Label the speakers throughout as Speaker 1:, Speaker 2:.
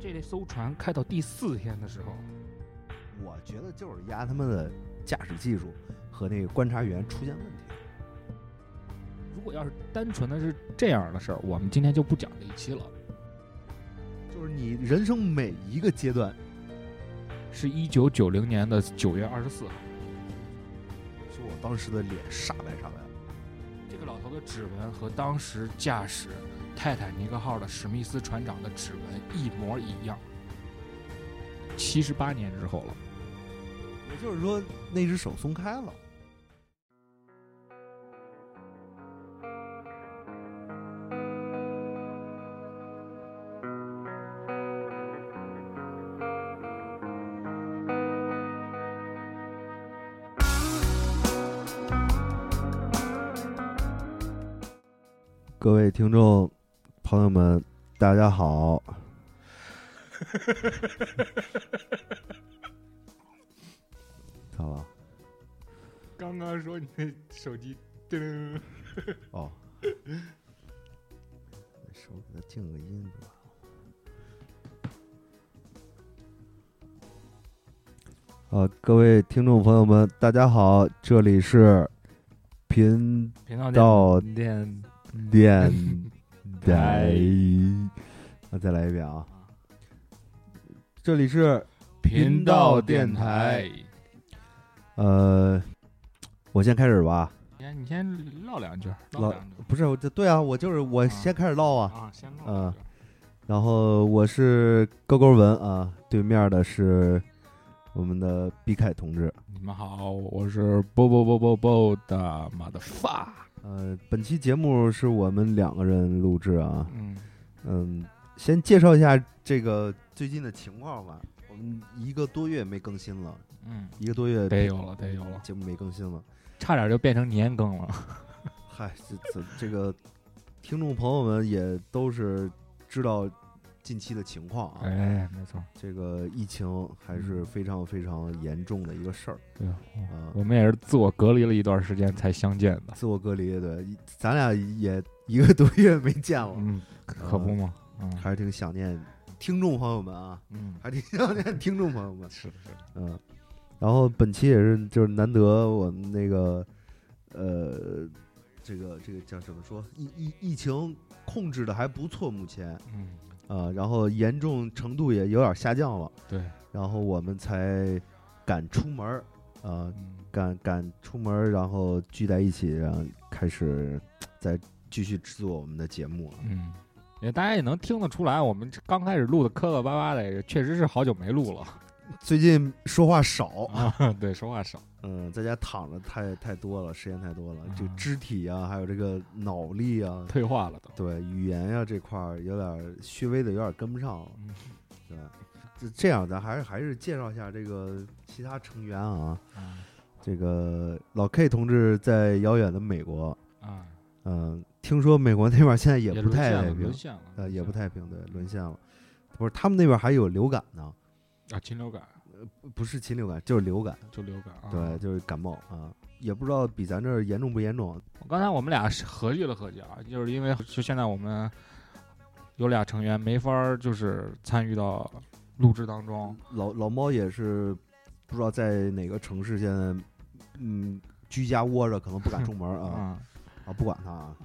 Speaker 1: 这艘船开到第四天的时候，
Speaker 2: 我觉得就是压他妈的驾驶技术和那个观察员出现问题了。
Speaker 1: 如果要是单纯的是这样的事儿，我们今天就不讲这一期了。
Speaker 2: 就是你人生每一个阶段，
Speaker 1: 是一九九零年的九月二十四号，
Speaker 2: 就我当时的脸煞白煞白的。
Speaker 1: 这个老头的指纹和当时驾驶泰坦尼克号的史密斯船长的指纹一模一样。七十八年之后了，
Speaker 2: 也就是说，那只手松开了。各位听众朋友们，大家好。咋了？
Speaker 1: 刚刚说你的手机噔，
Speaker 2: 哦， 那手给它静个音不就好了？啊，各位听众朋友们，大家好，这里是频
Speaker 1: 频道
Speaker 2: 道
Speaker 1: 电
Speaker 2: 电台，我再来一遍啊，这里是频道电台。呃，我先开始吧，
Speaker 1: 你先你先唠两句，
Speaker 2: 唠
Speaker 1: 唠两句
Speaker 2: 不是，我就对啊，我就是我
Speaker 1: 啊
Speaker 2: 先开始唠啊，
Speaker 1: 啊，先唠
Speaker 2: 嗯
Speaker 1: 两句。
Speaker 2: 然后我是高高文啊，对面的是我们的毕凯同志。
Speaker 1: 你们好，我是波波波波波的马的发。
Speaker 2: 呃，本期节目是我们两个人录制啊，
Speaker 1: 嗯，
Speaker 2: 嗯，先介绍一下这个最近的情况吧。我们一个多月没更新了，
Speaker 1: 嗯，
Speaker 2: 一个多月
Speaker 1: 得有了，得有了，
Speaker 2: 节目没更新了。
Speaker 1: 差点就变成年更了。
Speaker 2: 嗨，这这这个听众朋友们也都是知道近期的情况啊，
Speaker 1: 哎，没错，
Speaker 2: 这个疫情还是非常非常严重的一个事儿
Speaker 1: 对，
Speaker 2: 啊。
Speaker 1: 我们也是自我隔离了一段时间才相见的。
Speaker 2: 自我隔离，对，咱俩也一个多月没见了，
Speaker 1: 嗯，可不嘛。嗯
Speaker 2: 还是挺想念听众朋友们啊，
Speaker 1: 嗯，
Speaker 2: 还挺想念听众朋友们，
Speaker 1: 是是，
Speaker 2: 嗯。然后本期也是就是难得我们那个呃，这个这个叫怎么说？疫疫疫情控制的还不错，目前
Speaker 1: 嗯，
Speaker 2: 啊、然后严重程度也有点下降了，
Speaker 1: 对，
Speaker 2: 然后我们才敢出门儿啊、
Speaker 1: 嗯
Speaker 2: 敢敢出门儿，然后聚在一起，然后开始再继续制作我们的节目啊。
Speaker 1: 嗯。也大家也能听得出来，我们这刚开始录的磕磕巴巴的，也确实是好久没录了
Speaker 2: 最近说话少，
Speaker 1: 啊。对，说话少，
Speaker 2: 嗯，在家躺着太太多了，时间太多了，这
Speaker 1: 啊
Speaker 2: 肢体啊，还有这个脑力啊，
Speaker 1: 退化了都。
Speaker 2: 对语言呀、这块儿有点儿稍微的有点儿跟不上了。
Speaker 1: 嗯
Speaker 2: 对，这这样咱还是还是介绍一下这个其他成员啊。
Speaker 1: 啊
Speaker 2: 这个老 K 同志在遥远的美国，
Speaker 1: 啊，
Speaker 2: 嗯，听说美国那边儿现在也
Speaker 1: 也
Speaker 2: 不太
Speaker 1: 沦陷了
Speaker 2: 太平
Speaker 1: 沦，陷了，
Speaker 2: 呃，
Speaker 1: 沦
Speaker 2: 也
Speaker 1: 陷
Speaker 2: 不
Speaker 1: 了
Speaker 2: 太平，对，沦陷了。不是，他们那边还有流感呢，
Speaker 1: 啊，禽流感
Speaker 2: 不是禽流感，就是流感，
Speaker 1: 就流感啊。
Speaker 2: 对，就是感冒啊，也不知道比咱这儿严重不严重。啊
Speaker 1: 刚才我们俩是合计了合计啊，就是因为就现在我们有俩成员没法儿就是参与到录制当中，
Speaker 2: 老老猫也是不知道在哪个城市现在，嗯，居家窝着，可能不敢出 门儿啊
Speaker 1: 啊、
Speaker 2: 啊，不管他啊，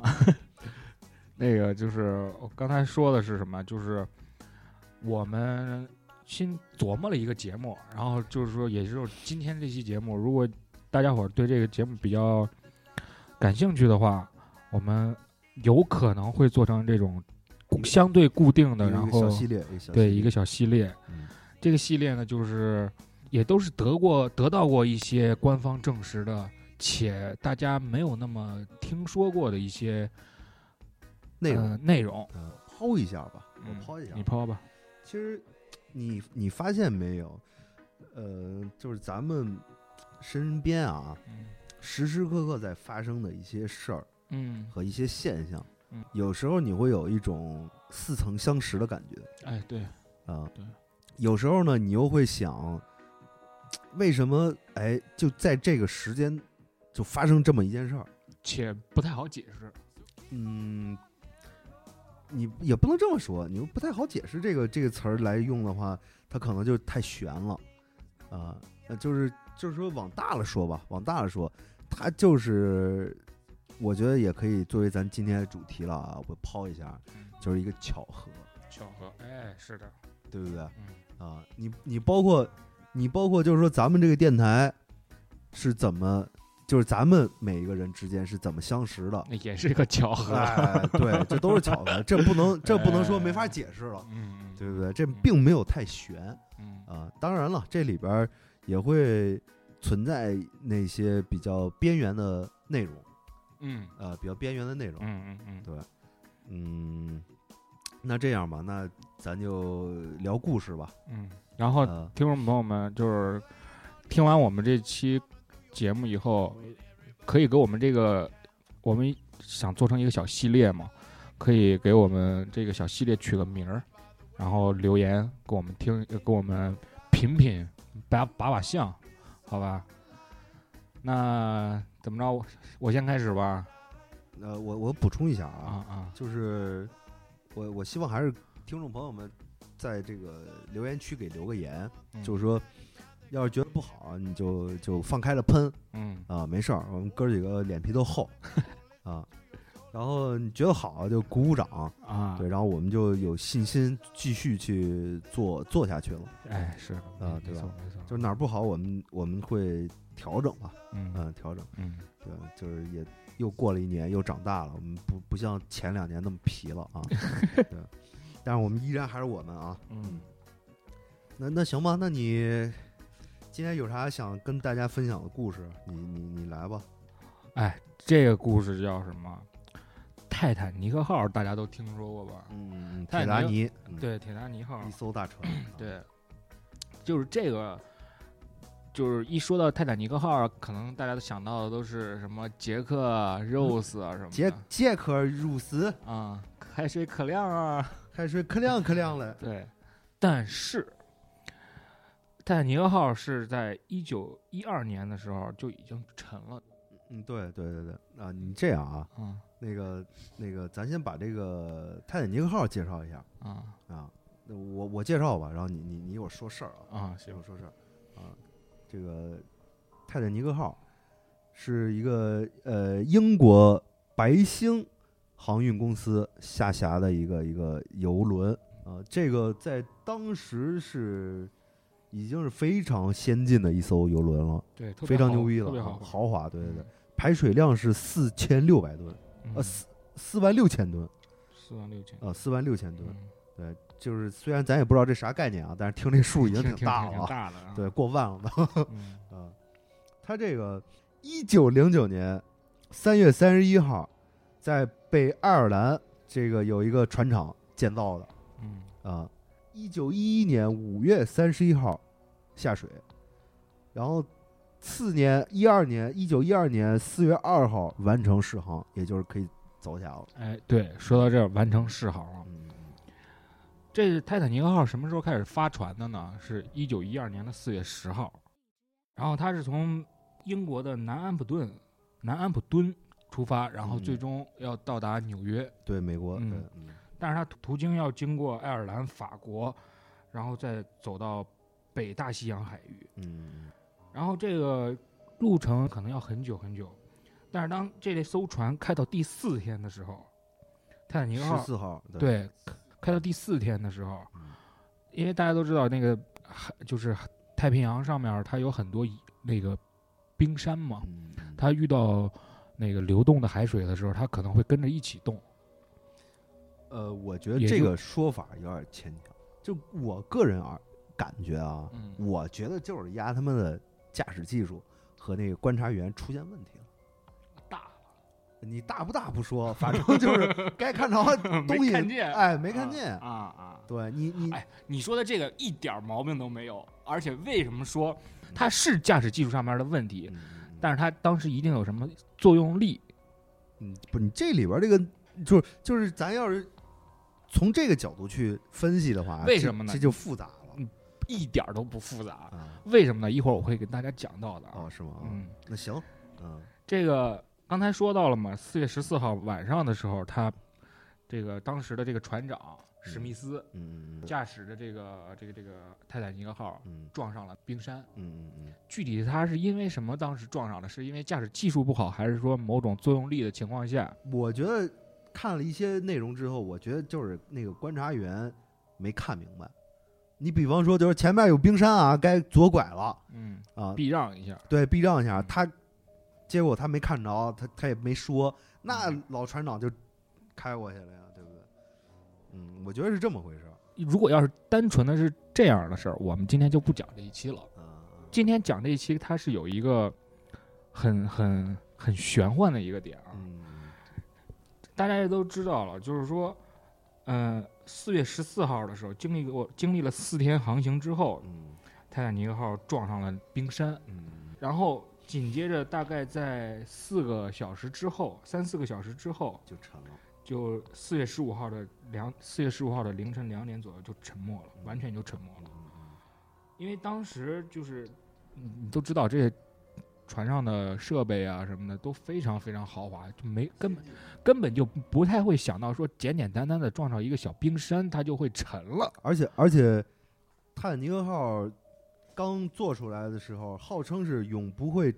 Speaker 1: 那个就是我刚才说的是什么？就是我们新琢磨了一个节目，然后就是说，也就是今天这期节目，如果大家伙儿对这个节目比较感兴趣的话，我们有可能会做成这种固相对固定的，
Speaker 2: 一个
Speaker 1: 然
Speaker 2: 小
Speaker 1: 后
Speaker 2: 系列，一个小
Speaker 1: 对
Speaker 2: 系
Speaker 1: 一
Speaker 2: 列
Speaker 1: 个小系列。
Speaker 2: 嗯
Speaker 1: 这个系列呢，就是也都是得过得到过一些官方证实的，且大家没有那么听说过的一些
Speaker 2: 内容
Speaker 1: 呃、内容。
Speaker 2: 呃抛一下吧，
Speaker 1: 嗯
Speaker 2: 我抛一下
Speaker 1: 你。抛吧。
Speaker 2: 其实你你发现没有，呃，就是咱们身边啊，
Speaker 1: 嗯
Speaker 2: 时时刻刻在发生的一些事儿
Speaker 1: 嗯，
Speaker 2: 和一些现象
Speaker 1: 嗯，
Speaker 2: 有时候你会有一种似曾相识的感觉
Speaker 1: 哎，对，
Speaker 2: 啊
Speaker 1: 对，
Speaker 2: 有时候呢，你又会想，为什么哎就在这个时间就发生这么一件事儿？
Speaker 1: 且不太好解释。
Speaker 2: 嗯，你也不能这么说，你又不太好解释这个这个词儿来用的话，它可能就太悬了，啊、呃，就是就是说往大了说吧，往大了说，它就是我觉得也可以作为咱今天的主题了啊，我抛一下，就是一个巧合，
Speaker 1: 巧合，哎，是的，
Speaker 2: 对不对？啊、
Speaker 1: 嗯，
Speaker 2: 你你包括你包括就是说咱们这个电台是怎么，就是咱们每一个人之间是怎么相识的，
Speaker 1: 那也是一个巧合，
Speaker 2: 哎，对，这都是巧合，这不能这不能说没法解释了，
Speaker 1: 嗯，
Speaker 2: 对不对？这并没有太悬
Speaker 1: 嗯，
Speaker 2: 啊。当然了，这里边儿也会存在那些比较边缘的内容，
Speaker 1: 嗯，
Speaker 2: 呃，比较边缘的内容。
Speaker 1: 嗯嗯嗯，
Speaker 2: 对嗯，那这样吧，那咱就聊故事吧。
Speaker 1: 嗯，然后
Speaker 2: 呃，
Speaker 1: 听众朋友们，就是听完我们这期节目以后，可以给我们这个我们想做成一个小系列嘛，可以给我们这个小系列取个名儿，然后留言给我们听，呃给我们品品，把把把相，好吧？那怎么着？我我先开始吧。
Speaker 2: 呃，我我补充一下
Speaker 1: 啊
Speaker 2: 啊，
Speaker 1: 啊，
Speaker 2: 就是我我希望还是听众朋友们在这个留言区给留个言，
Speaker 1: 嗯
Speaker 2: 就是说，要是觉得不好，你就就放开了喷，
Speaker 1: 嗯
Speaker 2: 啊，没事儿，我们哥几个脸皮都厚啊。然后你觉得好就鼓鼓掌，
Speaker 1: 啊，
Speaker 2: 对，，然后我们就有信心继续去做做下去了。
Speaker 1: 哎，是啊
Speaker 2: 啊
Speaker 1: 没
Speaker 2: 对吧
Speaker 1: 错没错，
Speaker 2: 就是哪儿不好，我们我们会调整吧，
Speaker 1: 嗯
Speaker 2: 嗯，调整。
Speaker 1: 嗯，
Speaker 2: 对，就是也又过了一年，又长大了，我们不不像前两年那么皮了啊。对，但是我们依然还是我们啊。
Speaker 1: 嗯，
Speaker 2: 那那行吧，那你今天有啥想跟大家分享的故事？你你你来吧。
Speaker 1: 哎，这个故事叫什么？泰坦尼克号大家都听说过吧？
Speaker 2: 嗯，
Speaker 1: 泰
Speaker 2: 铁达
Speaker 1: 坦
Speaker 2: 尼，嗯
Speaker 1: 对，铁达尼号，，
Speaker 2: 一，艘大啊船
Speaker 1: 对，就是这个，就是一说到泰坦尼克号，可能大家都想到的都是什么杰克啊、Rose 啊什么
Speaker 2: 嗯杰
Speaker 1: 的，
Speaker 2: 杰克入死，
Speaker 1: 啊、海水可亮啊，
Speaker 2: 海水可亮可亮了。
Speaker 1: 对，但是泰坦尼克号是在一九一二年的时候就已经沉了，
Speaker 2: 嗯，对对对对，啊，你这样啊，
Speaker 1: 啊
Speaker 2: 那个那个，咱先把这个泰坦尼克号介绍一下
Speaker 1: 啊
Speaker 2: 啊，那我我介绍吧，然后你你你一会儿说事儿啊，
Speaker 1: 啊，
Speaker 2: 一会
Speaker 1: 行
Speaker 2: 儿，说事儿啊，这个泰坦尼克号是一个呃英国白星航运公司下辖的一个一个游轮啊，这个在当时是已经是非常先进的一艘游轮了，
Speaker 1: 对，特别
Speaker 2: 非常
Speaker 1: 好
Speaker 2: 牛逼
Speaker 1: 特别
Speaker 2: 了，
Speaker 1: 好
Speaker 2: 啊
Speaker 1: 喝，
Speaker 2: 豪华，对对对
Speaker 1: 嗯，，
Speaker 2: 排水量是四千六百吨，呃
Speaker 1: 嗯
Speaker 2: 四四万六千吨
Speaker 1: 四万六千，
Speaker 2: 啊，四万六千吨，
Speaker 1: 嗯
Speaker 2: 对，就是虽然咱也不知道这啥概念啊，但是听这数已经
Speaker 1: 挺
Speaker 2: 大
Speaker 1: 挺
Speaker 2: 了啊，
Speaker 1: 大的啊，
Speaker 2: 对，过万了都。
Speaker 1: 嗯，
Speaker 2: 啊，他这个一九零九年三月三十一号，在北爱尔兰这个有一个船厂建造的
Speaker 1: 嗯
Speaker 2: 啊。一九一一年五月三十一号下水，然后次年一二年一九一二年四月二号完成试航，也就是可以走起来了。
Speaker 1: 哎，对，说到这儿，完成试航了。
Speaker 2: 嗯，
Speaker 1: 这泰坦尼克号什么时候开始发船的呢？是一九一二年的四月十号，然后它是从英国的南安普顿南安普敦出发，然后
Speaker 2: 嗯
Speaker 1: 最终要到达纽约，
Speaker 2: 对，美国，
Speaker 1: 嗯
Speaker 2: 对，嗯
Speaker 1: 但是它途途经要经过爱尔兰、法国，然后再走到北大西洋海域。
Speaker 2: 嗯
Speaker 1: 然后这个路程可能要很久很久，但是当这艘船开到第四天的时候，泰坦尼
Speaker 2: 嗯，
Speaker 1: 克号
Speaker 2: 十四号，，
Speaker 1: 对，开到第四天的时候
Speaker 2: 嗯，
Speaker 1: 因为大家都知道那个海就是太平洋上面儿它有很多那个冰山嘛，
Speaker 2: 嗯，嗯
Speaker 1: 它遇到那个流动的海水的时候，它可能会跟着一起动。
Speaker 2: 呃，我觉得
Speaker 1: 也
Speaker 2: 这
Speaker 1: 就
Speaker 2: 个说法有点牵强。就我个人而感觉啊，
Speaker 1: 嗯
Speaker 2: 我觉得就是压他们的驾驶技术和那个观察员出现问题了。
Speaker 1: 大
Speaker 2: 你大不大不说，反正 就是该看着的东西，
Speaker 1: 看见
Speaker 2: 哎，没看见。
Speaker 1: 啊啊！
Speaker 2: 对你，你、
Speaker 1: 哎，你说的这个一点儿毛病都没有，而且为什么说它是驾驶技术上面的问题？
Speaker 2: 嗯，
Speaker 1: 但是它当时一定有什么作用力？
Speaker 2: 嗯，不，你这里边这个就是就是咱要是从这个角度去分析的话，
Speaker 1: 为
Speaker 2: 这
Speaker 1: 什么呢
Speaker 2: 这就复杂了
Speaker 1: 嗯一点儿都不复杂，
Speaker 2: 啊。
Speaker 1: 为什么呢？一会儿我会给大家讲到的啊。
Speaker 2: 哦，是吗？
Speaker 1: 嗯，
Speaker 2: 那行，嗯
Speaker 1: 这个刚才说到了嘛，四月十四号晚上的时候，他这个当时的这个船长史密斯
Speaker 2: 嗯嗯
Speaker 1: 驾驶着这个这个这个泰坦尼克号
Speaker 2: 嗯
Speaker 1: 撞上了冰山。
Speaker 2: 嗯嗯
Speaker 1: 具体他是因为什么当时撞上了？是因为驾驶技术不好，还是说某种作用力的情况下？
Speaker 2: 嗯，我觉得看了一些内容之后，我觉得就是那个观察员没看明白。你比方说，就是前面有冰山啊，该左拐了
Speaker 1: 嗯，
Speaker 2: 啊，
Speaker 1: 避让一下。
Speaker 2: 对，避让一下。他结果他没看着，他他也没说，那
Speaker 1: 嗯
Speaker 2: 老船长就开过去了呀，对不对？嗯，我觉得是这么回事儿。
Speaker 1: 如果要是单纯的是这样的事儿，我们今天就不讲这一期了。
Speaker 2: 啊，
Speaker 1: 今天讲这一期，它是有一个很很很玄幻的一个点啊。
Speaker 2: 嗯
Speaker 1: 大家也都知道了，就是说，嗯、四月十四号的时候，经历过经历了四天航行之后，
Speaker 2: 嗯
Speaker 1: 泰坦尼克号撞上了冰山，
Speaker 2: 嗯
Speaker 1: 然后紧接着大概在四个小时之后，三四个小时之后，
Speaker 2: 就沉了。
Speaker 1: 就四月十五号的两四月十五号的凌晨两点左右就沉没了，完全就沉没了。嗯因为当时就是，你你都知道这些船上的设备啊什么的都非常非常豪华，就没根本根本就不太会想到说简简单单的撞上一个小冰山它就会沉了。
Speaker 2: 而且而且，泰坦尼克号刚做出来的时候，号称是永不会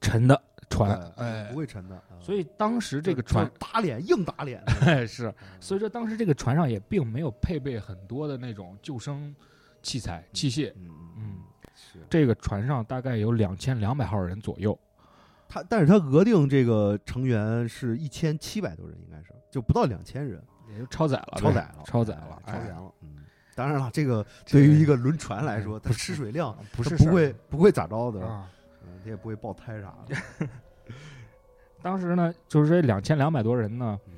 Speaker 1: 沉的
Speaker 2: 对
Speaker 1: 哎
Speaker 2: 不，会沉的，啊
Speaker 1: 所以当时这个
Speaker 2: 就
Speaker 1: 船，
Speaker 2: 就打脸硬打脸
Speaker 1: 哎是， 所
Speaker 2: 以
Speaker 1: 以说当时这个船上也并没有配备很多的那种救生器材器械。
Speaker 2: 嗯
Speaker 1: 嗯，
Speaker 2: 是
Speaker 1: 这个船上大概有两千两百号人左右，
Speaker 2: 他，但是他额定这个成员是一千七百多人，应该是就不到两千人，
Speaker 1: 也就超载了，
Speaker 2: 超
Speaker 1: 啊对
Speaker 2: 载了，
Speaker 1: 超载
Speaker 2: 哎
Speaker 1: 了，
Speaker 2: 超
Speaker 1: 哎
Speaker 2: 载了，嗯。当然了，这个
Speaker 1: 这
Speaker 2: 对于一个轮船来说，
Speaker 1: 嗯
Speaker 2: 它吃水量
Speaker 1: 不是
Speaker 2: 它
Speaker 1: 事
Speaker 2: 不
Speaker 1: 儿
Speaker 2: 会不会咋着的，
Speaker 1: 啊。
Speaker 2: 嗯，它也不会爆胎啥 的。
Speaker 1: 当时呢，就是这两千两百多人呢，
Speaker 2: 嗯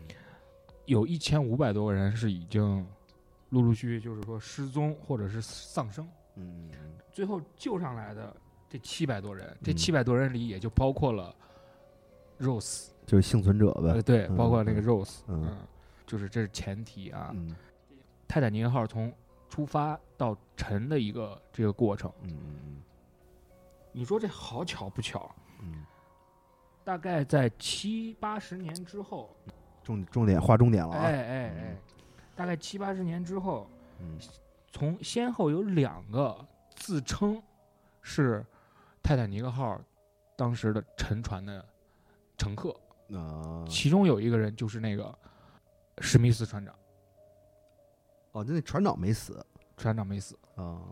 Speaker 1: 有一千五百多个人是已经陆陆续续就是说失踪或者是丧生，
Speaker 2: 嗯，嗯
Speaker 1: 最后救上来的这七百多人，这
Speaker 2: 嗯
Speaker 1: 七百多人里也就包括了 Rose，、
Speaker 2: 就是幸存者
Speaker 1: 呃，
Speaker 2: 呗。
Speaker 1: 对，
Speaker 2: 嗯
Speaker 1: 包括那个 Rose，
Speaker 2: 嗯
Speaker 1: 就是这是前提啊。
Speaker 2: 嗯
Speaker 1: 泰坦尼克号从出发到沉的一个这个过程，
Speaker 2: 嗯嗯
Speaker 1: 你说这好巧不巧？
Speaker 2: 嗯嗯，
Speaker 1: 大概在七八十年之后，
Speaker 2: 重重点划重点了
Speaker 1: 哎
Speaker 2: 啊。
Speaker 1: 哎哎，大概七八十年之后，
Speaker 2: 嗯
Speaker 1: 从先后有两个自称是泰坦尼克号当时的沉船的乘客，
Speaker 2: 啊，
Speaker 1: 其中有一个人就是那个史密斯船长，
Speaker 2: 哦，那那船长没死
Speaker 1: 船长没死。
Speaker 2: 啊。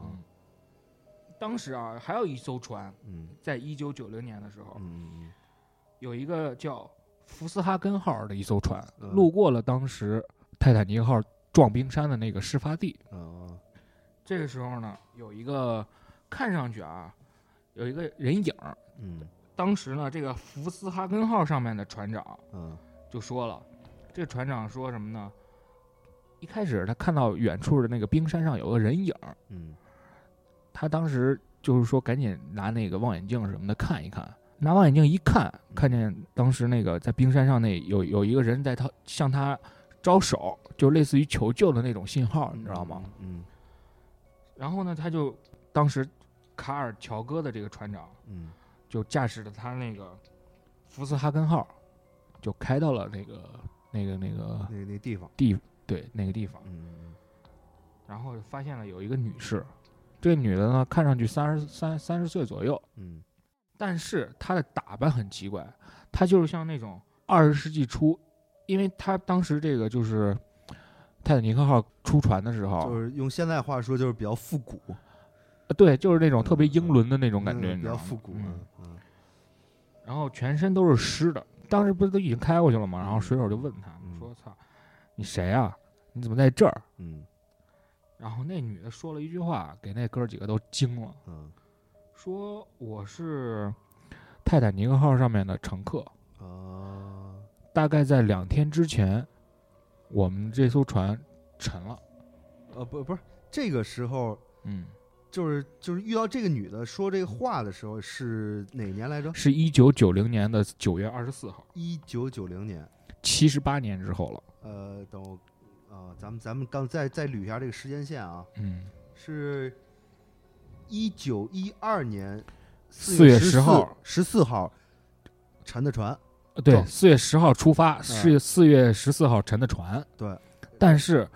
Speaker 1: 当时啊，还有一艘船，
Speaker 2: 嗯
Speaker 1: 在一九九零年的时候，
Speaker 2: 嗯
Speaker 1: 有一个叫福斯哈根号的一艘船，
Speaker 2: 嗯
Speaker 1: 路过了当时泰坦尼克号撞冰山的那个事发地。
Speaker 2: 嗯啊，
Speaker 1: 这个时候呢，有一个看上去啊，有一个人影儿。
Speaker 2: 嗯
Speaker 1: 当时呢，这个福斯哈根号上面的船长
Speaker 2: 嗯
Speaker 1: 就说了，这个船长说什么呢？一开始他看到远处的那个冰山上有个人影儿，
Speaker 2: 嗯
Speaker 1: 他当时就是说赶紧拿那个望远镜什么的看一看。拿望远镜一看，看见当时那个在冰山上那有有一个人在他向他招手，就类似于求救的那种信号，你知道吗？？
Speaker 2: 嗯
Speaker 1: 然后呢，他就当时卡尔乔戈的这个船长
Speaker 2: 嗯
Speaker 1: 就驾驶着他那个福斯哈根号，就开到了那个那个那个
Speaker 2: 那那地方，
Speaker 1: 对那个地方，
Speaker 2: 嗯
Speaker 1: 然后发现了有一个女士，这个女的呢看上去三十三三十岁左右，
Speaker 2: 嗯
Speaker 1: 但是她的打扮很奇怪，她就是像那种二十世纪初，因为她当时这个就是泰坦尼克号出船的时候，
Speaker 2: 就是用现在话说，就是比较复古，
Speaker 1: 呃对，就是那种特别
Speaker 2: 嗯
Speaker 1: 英伦的那种感觉，
Speaker 2: 嗯
Speaker 1: 你
Speaker 2: 比
Speaker 1: 知道
Speaker 2: 较
Speaker 1: 吗
Speaker 2: 复古。
Speaker 1: 嗯
Speaker 2: 嗯嗯
Speaker 1: 然后全身都是湿的。当时不是都已经开过去了吗？然后水手就问他
Speaker 2: 嗯
Speaker 1: 说：“操，你谁啊？你怎么在这儿
Speaker 2: 嗯？”
Speaker 1: 然后那女的说了一句话，给那哥几个都惊了，
Speaker 2: 嗯
Speaker 1: 说：“我是泰坦尼克号上面的乘客，
Speaker 2: 啊，
Speaker 1: 大概在两天之前，我们这艘船沉了。
Speaker 2: 呃不不是这个时候。”
Speaker 1: 嗯，
Speaker 2: 就是就是遇到这个女的说这个话的时候是哪年来着？
Speaker 1: 是一九九零年的九月二十四号，
Speaker 2: 一九九零年。
Speaker 1: 七十八年之后了。
Speaker 2: 呃，等我啊、咱们咱们刚再再捋一下这个时间线啊，
Speaker 1: 嗯，
Speaker 2: 是一九一二年
Speaker 1: 4月
Speaker 2: 十
Speaker 1: 10号
Speaker 2: 十四号沉的船，
Speaker 1: 对，
Speaker 2: 撞
Speaker 1: 四月十号出发，是四月十四号沉的船。
Speaker 2: 对，
Speaker 1: 但是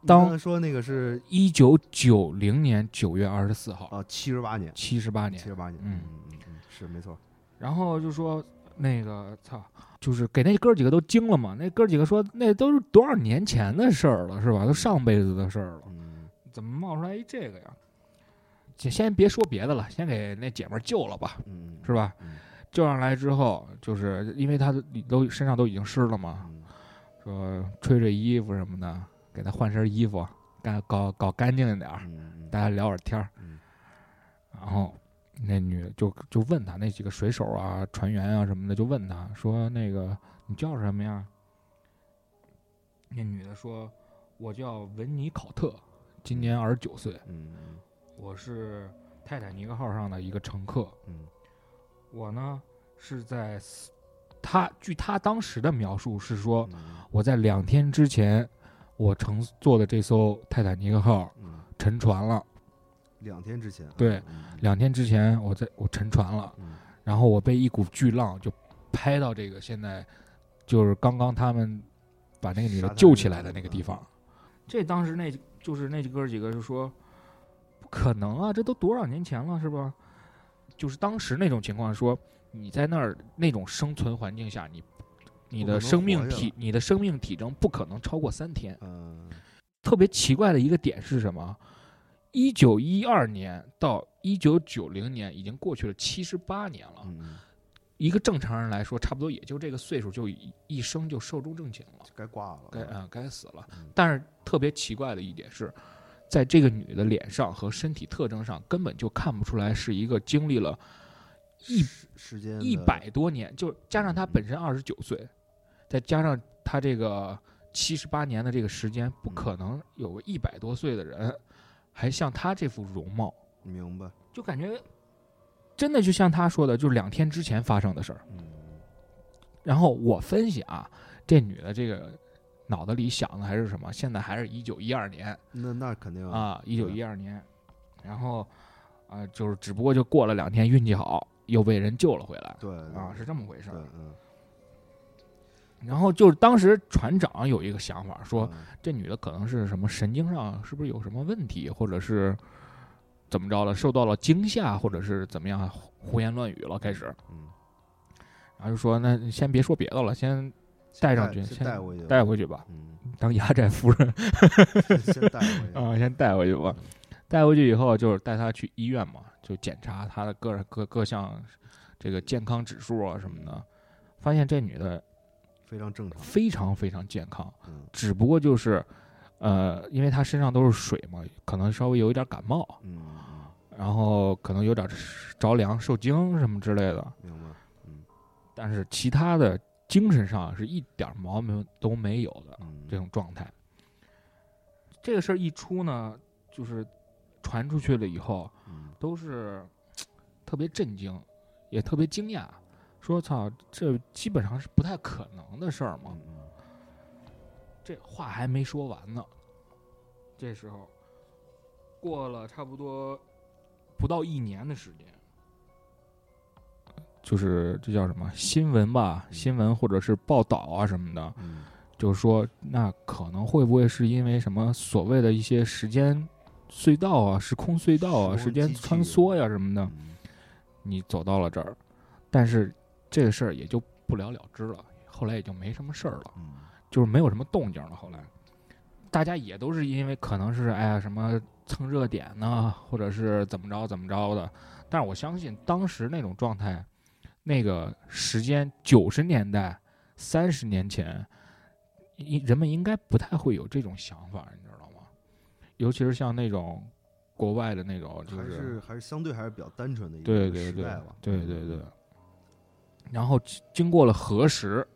Speaker 2: 你
Speaker 1: 当
Speaker 2: 刚才说那个是
Speaker 1: 一九九零年九月二十四号，
Speaker 2: 啊，七十八年，
Speaker 1: 七十八
Speaker 2: 七
Speaker 1: 年。
Speaker 2: 十八年，
Speaker 1: 嗯
Speaker 2: 嗯嗯，是没错，
Speaker 1: 然后就说那个操，就是给那哥几个都惊了嘛。那哥几个说，那都是多少年前的事儿了，是吧？都上辈子的事儿了，
Speaker 2: 嗯，
Speaker 1: 怎么冒出来一这个呀？先先别说别的了，先给那姐们儿救了吧，
Speaker 2: 嗯，
Speaker 1: 是吧
Speaker 2: 嗯？
Speaker 1: 救上来之后，就是因为他都身上都已经湿了嘛，
Speaker 2: 嗯
Speaker 1: 说吹吹衣服什么的，给他换身衣服，干搞搞干净一点儿，
Speaker 2: 嗯，
Speaker 1: 大家聊会儿天儿
Speaker 2: 嗯。
Speaker 1: 然后那女的就就问他那几个水手啊、船员啊什么的，就问他说：“那个你叫什么呀？”那女的说：“我叫文尼考特，今年二十九岁，
Speaker 2: 嗯嗯
Speaker 1: 我是泰坦尼克号上的一个乘客。
Speaker 2: 嗯
Speaker 1: 我呢是在四他据他当时的描述是说，
Speaker 2: 嗯
Speaker 1: 我在两天之前，我乘坐的这艘泰坦尼克号
Speaker 2: 嗯，
Speaker 1: 沉船了。
Speaker 2: 两天之前，
Speaker 1: 对
Speaker 2: 嗯，嗯，
Speaker 1: 两天之前，我在我沉船了，
Speaker 2: 嗯
Speaker 1: 然后我被一股巨浪就拍到这个现在就是刚刚他们把那个女
Speaker 2: 沙
Speaker 1: 的
Speaker 2: 滩
Speaker 1: 救
Speaker 2: 那
Speaker 1: 起
Speaker 2: 个
Speaker 1: 来的
Speaker 2: 地
Speaker 1: 那个
Speaker 2: 方
Speaker 1: 地方。这当时那就是那哥几个就说，不可能啊，这都多少年前了是吧？就是当时那种情况说，你在那儿那种生存环境下，你你
Speaker 2: 不可
Speaker 1: 的
Speaker 2: 能
Speaker 1: 生
Speaker 2: 活
Speaker 1: 命
Speaker 2: 下
Speaker 1: 体
Speaker 2: 来
Speaker 1: 你的生命体征不可能超过三天。
Speaker 2: 嗯
Speaker 1: 特别奇怪的一个点是什么？一九一二年到一九九零年，已经过去了七十八年了。
Speaker 2: 嗯，
Speaker 1: 一个正常人来说，差不多也就这个岁数，就一一生就寿终正寝了，
Speaker 2: 该挂了，
Speaker 1: 该啊、呃该死了
Speaker 2: 嗯。
Speaker 1: 但是特别奇怪的一点是，在这个女的脸上和身体特征上，根本就看不出来是一个经历了一
Speaker 2: 时时间
Speaker 1: 一
Speaker 2: 的，
Speaker 1: 百多年，就加上她本身二十九岁，再加上她这个七十八年的这个时间，不可能有个一百多岁的人还像她这副容貌，
Speaker 2: 明白，
Speaker 1: 就感觉真的就像她说的，就是两天之前发生的事儿。
Speaker 2: 嗯
Speaker 1: 然后我分析啊，这女的这个脑子里想的还是什么？现在还是一九一二年
Speaker 2: 那那肯定，
Speaker 1: 啊，一
Speaker 2: 嗯
Speaker 1: 九一二年，然后啊、就是只不过就过了两天，运气好又被人救了回来
Speaker 2: 对
Speaker 1: 啊，是这么回事
Speaker 2: 对
Speaker 1: 儿。
Speaker 2: 嗯，
Speaker 1: 然后就是当时船长有一个想法，说
Speaker 2: 嗯
Speaker 1: 这女的可能是什么神经上是不是有什么问题，或者是怎么着了，受到了惊吓，或者是怎么样胡胡言乱语了，开始，
Speaker 2: 嗯，
Speaker 1: 然后就说那先别说别的了，先带上去，
Speaker 2: 先
Speaker 1: 先
Speaker 2: 带回去，
Speaker 1: 带，回去吧，
Speaker 2: 嗯，
Speaker 1: 当压寨夫人
Speaker 2: 先带回去，
Speaker 1: 啊，先带回去吧。带回去以后就是带她去医院嘛，就检查她的各各各项这个健康指数啊什么的，发现这女的
Speaker 2: 非常正常，
Speaker 1: 非常非常健康。
Speaker 2: 嗯
Speaker 1: 只不过就是，呃，因为他身上都是水嘛，可能稍微有一点感冒，
Speaker 2: 嗯嗯，
Speaker 1: 然后可能有点着凉、受惊什么之类的，
Speaker 2: 明白，
Speaker 1: 但是其他的精神上是一点毛病都没有的
Speaker 2: 嗯，
Speaker 1: 这种状态。这个事儿一出呢，就是传出去了以后，
Speaker 2: 嗯，
Speaker 1: 都是特别震惊，也特别惊讶，说操，这基本上是不太可能的事儿嘛。
Speaker 2: 嗯嗯
Speaker 1: 这话还没说完呢，这时候过了差不多不到一年的时间，就是这叫什么新闻吧，新闻或者是报道啊什么的，
Speaker 2: 嗯
Speaker 1: 就是说那可能会不会是因为什么所谓的一些时间隧道啊、时空隧道啊、
Speaker 2: 时
Speaker 1: 时
Speaker 2: 空
Speaker 1: 间
Speaker 2: 机器
Speaker 1: 穿梭呀、什么的，
Speaker 2: 嗯，
Speaker 1: 你走到了这儿，但是这个事儿也就不了了之了，后来也就没什么事儿了。
Speaker 2: 嗯
Speaker 1: 就是没有什么动静了。后来，大家也都是因为可能是哎呀什么蹭热点呢、或者是怎么着怎么着的。但是我相信当时那种状态，那个时间九十年代、三十年前，一人们应该不太会有这种想法，你知道吗？尤其是像那种国外的那种，就
Speaker 2: 还是还是相对还是比较单纯的一
Speaker 1: 对
Speaker 2: 个
Speaker 1: 对
Speaker 2: 时
Speaker 1: 对
Speaker 2: 代吧，嗯
Speaker 1: 对对对。然后经经过了核实，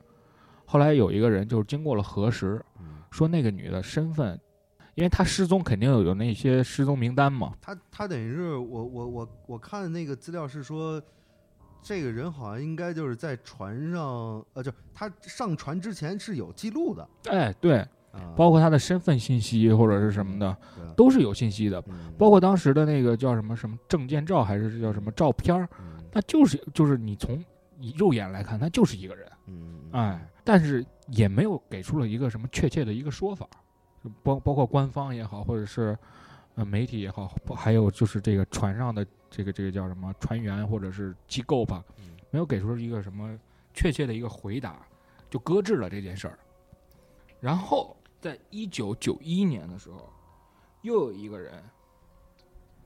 Speaker 1: 后来有一个人就是经过了核实，
Speaker 2: 嗯，
Speaker 1: 说那个女的身份，因为她失踪肯定有有那些失踪名单嘛，
Speaker 2: 他他等于是我我我我看的那个资料是说，这个人好像应该就是在船上，呃，就他上船之前是有记录的，
Speaker 1: 哎，对，嗯
Speaker 2: 啊，
Speaker 1: 包括她的身份信息或者是什么的，
Speaker 2: 对
Speaker 1: 都是有信息的，
Speaker 2: 嗯
Speaker 1: 包括当时的那个叫什么什么证件照还是叫什么照片儿，
Speaker 2: 嗯
Speaker 1: 那就是就是你从以肉眼来看，他就是一个人，
Speaker 2: 嗯，
Speaker 1: 哎，但是也没有给出了一个什么确切的一个说法，就包包括官方也好，或者是呃媒体也好，包还有就是这个船上的这个这个叫什么船员或者是机构吧，
Speaker 2: 嗯
Speaker 1: 没有给出一个什么确切的一个回答，就搁置了这件事儿。然后在一九九一年的时候，又有一个人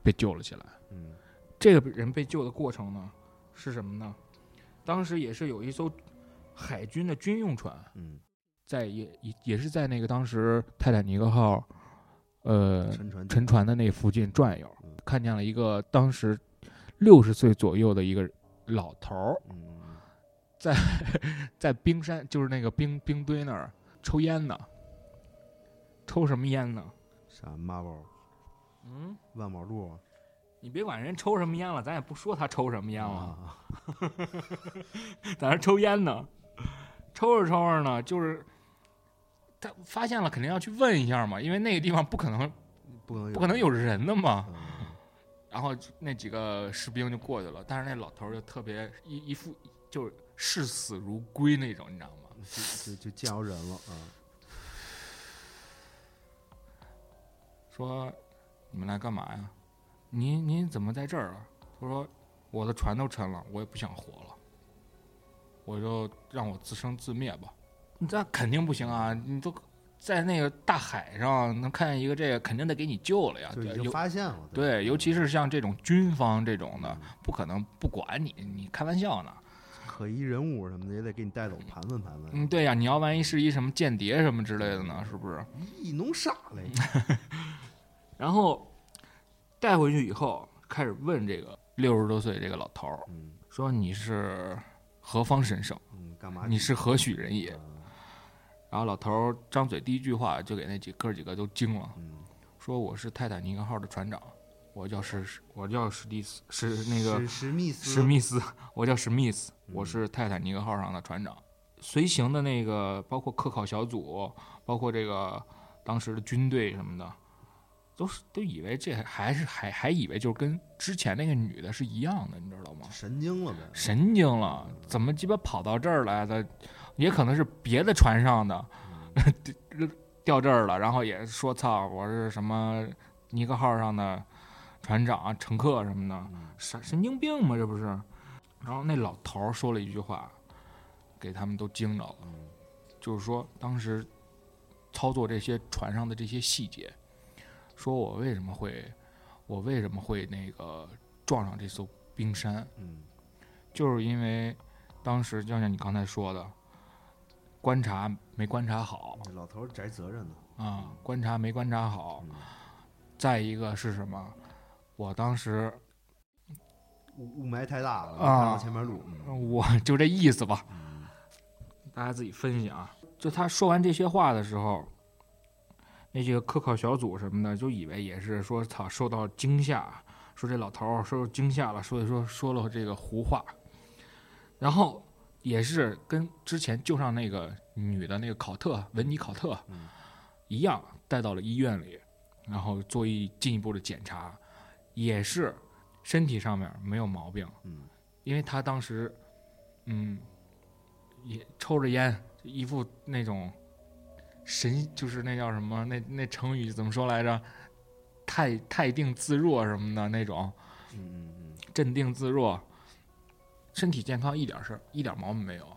Speaker 1: 被救了起来。
Speaker 2: 嗯
Speaker 1: 这个人被救的过程呢，是什么呢？当时也是有一艘海军的军用船，
Speaker 2: 嗯，
Speaker 1: 在也也也是在那个当时泰坦尼克号，呃，
Speaker 2: 沉船
Speaker 1: 沉船的那附近转悠
Speaker 2: 嗯，
Speaker 1: 看见了一个当时六十岁左右的一个老头儿
Speaker 2: 嗯
Speaker 1: 在冰山，就是那个冰冰堆那儿抽烟呢。抽什么烟呢？
Speaker 2: 啥妈宝
Speaker 1: 嗯，
Speaker 2: 万宝路啊
Speaker 1: 你别管人抽什么烟了，咱也不说他抽什么烟了。
Speaker 2: 啊，
Speaker 1: 在那抽烟呢，抽着抽着呢，就是他发现了，肯定要去问一下嘛，因为那个地方不可能
Speaker 2: 不可能
Speaker 1: 不可能有人的嘛。
Speaker 2: 嗯
Speaker 1: 然后那几个士兵就过去了，但是那老头儿就特别一一副就是视死如归那种，你知道吗？
Speaker 2: 就就就见着人了啊，
Speaker 1: 说你们来干嘛呀？您您怎么在这儿啊？他说我的船都沉了，我也不想活了，我就让我自生自灭吧。那肯定不行啊！你都在那个大海上能看见一个这个，肯定得给你救了呀。
Speaker 2: 就已
Speaker 1: 尤
Speaker 2: 经发现了，
Speaker 1: 啊对，尤其是像这种军方这种的
Speaker 2: 嗯，
Speaker 1: 不可能不管你，你开玩笑呢？
Speaker 2: 可疑人物什么的也得给你带走盘问盘问，
Speaker 1: 嗯，对呀、你要万一是一什么间谍什么之类的呢，是不是？
Speaker 2: 一弄傻嘞，
Speaker 1: 然后带回去以后，开始问这个六十多岁这个老头儿，
Speaker 2: 嗯
Speaker 1: 说你是何方神圣，
Speaker 2: 嗯，干嘛
Speaker 1: 你是何许人也？
Speaker 2: 啊
Speaker 1: 然后老头儿张嘴第一句话就给那几哥几个都惊了，
Speaker 2: 嗯，
Speaker 1: 说我是泰坦尼克号的船长，我叫史，我叫史蒂斯，是那个
Speaker 2: 史史密斯
Speaker 1: 史密斯，我叫史密斯，
Speaker 2: 嗯
Speaker 1: 我是泰坦尼克号上的船长。随行的那个包括科考小组，包括这个当时的军队什么的，都是都以为这还是还还以为就是跟之前那个女的是一样的，你知道吗？
Speaker 2: 神经了呗，
Speaker 1: 神经了，怎么鸡巴跑到这儿来的？也可能是别的船上的 掉这儿了，然后也说操，我是什么尼克号上的船长、乘客什么的，
Speaker 2: 嗯
Speaker 1: 神神经病吗？这不是？然后那老头儿说了一句话，给他们都惊着了，
Speaker 2: 嗯
Speaker 1: 就是说当时操作这些船上的这些细节，说我为什么会，我为什么会那个撞上这艘冰山？
Speaker 2: 嗯
Speaker 1: 就是因为当时就像你刚才说的，观察没观察好
Speaker 2: 这老头儿宅责任呢，
Speaker 1: 啊、观察没观察好。再一个是什么？我当时
Speaker 2: 雾雾霾太大了，
Speaker 1: 啊
Speaker 2: 看到前面路，嗯
Speaker 1: 我就这意思吧，
Speaker 2: 嗯
Speaker 1: 大家自己分析啊。就他说完这些话的时候，那些科考小组什么的就以为也是说操受到惊吓，说这老头儿受惊吓了，所以说说了这个胡话，然后也是跟之前救上那个女的那个考特文尼考特
Speaker 2: 嗯
Speaker 1: 一样，带到了医院里，然后做一进一步的检查，也是身体上面没有毛病，
Speaker 2: 嗯
Speaker 1: 因为他当时，嗯，也抽着烟，一副那种神，就是那叫什么，那那成语怎么说来着？太太定自若什么的那种，
Speaker 2: 嗯嗯
Speaker 1: 镇定自若，身体健康一点事儿一点毛病没有。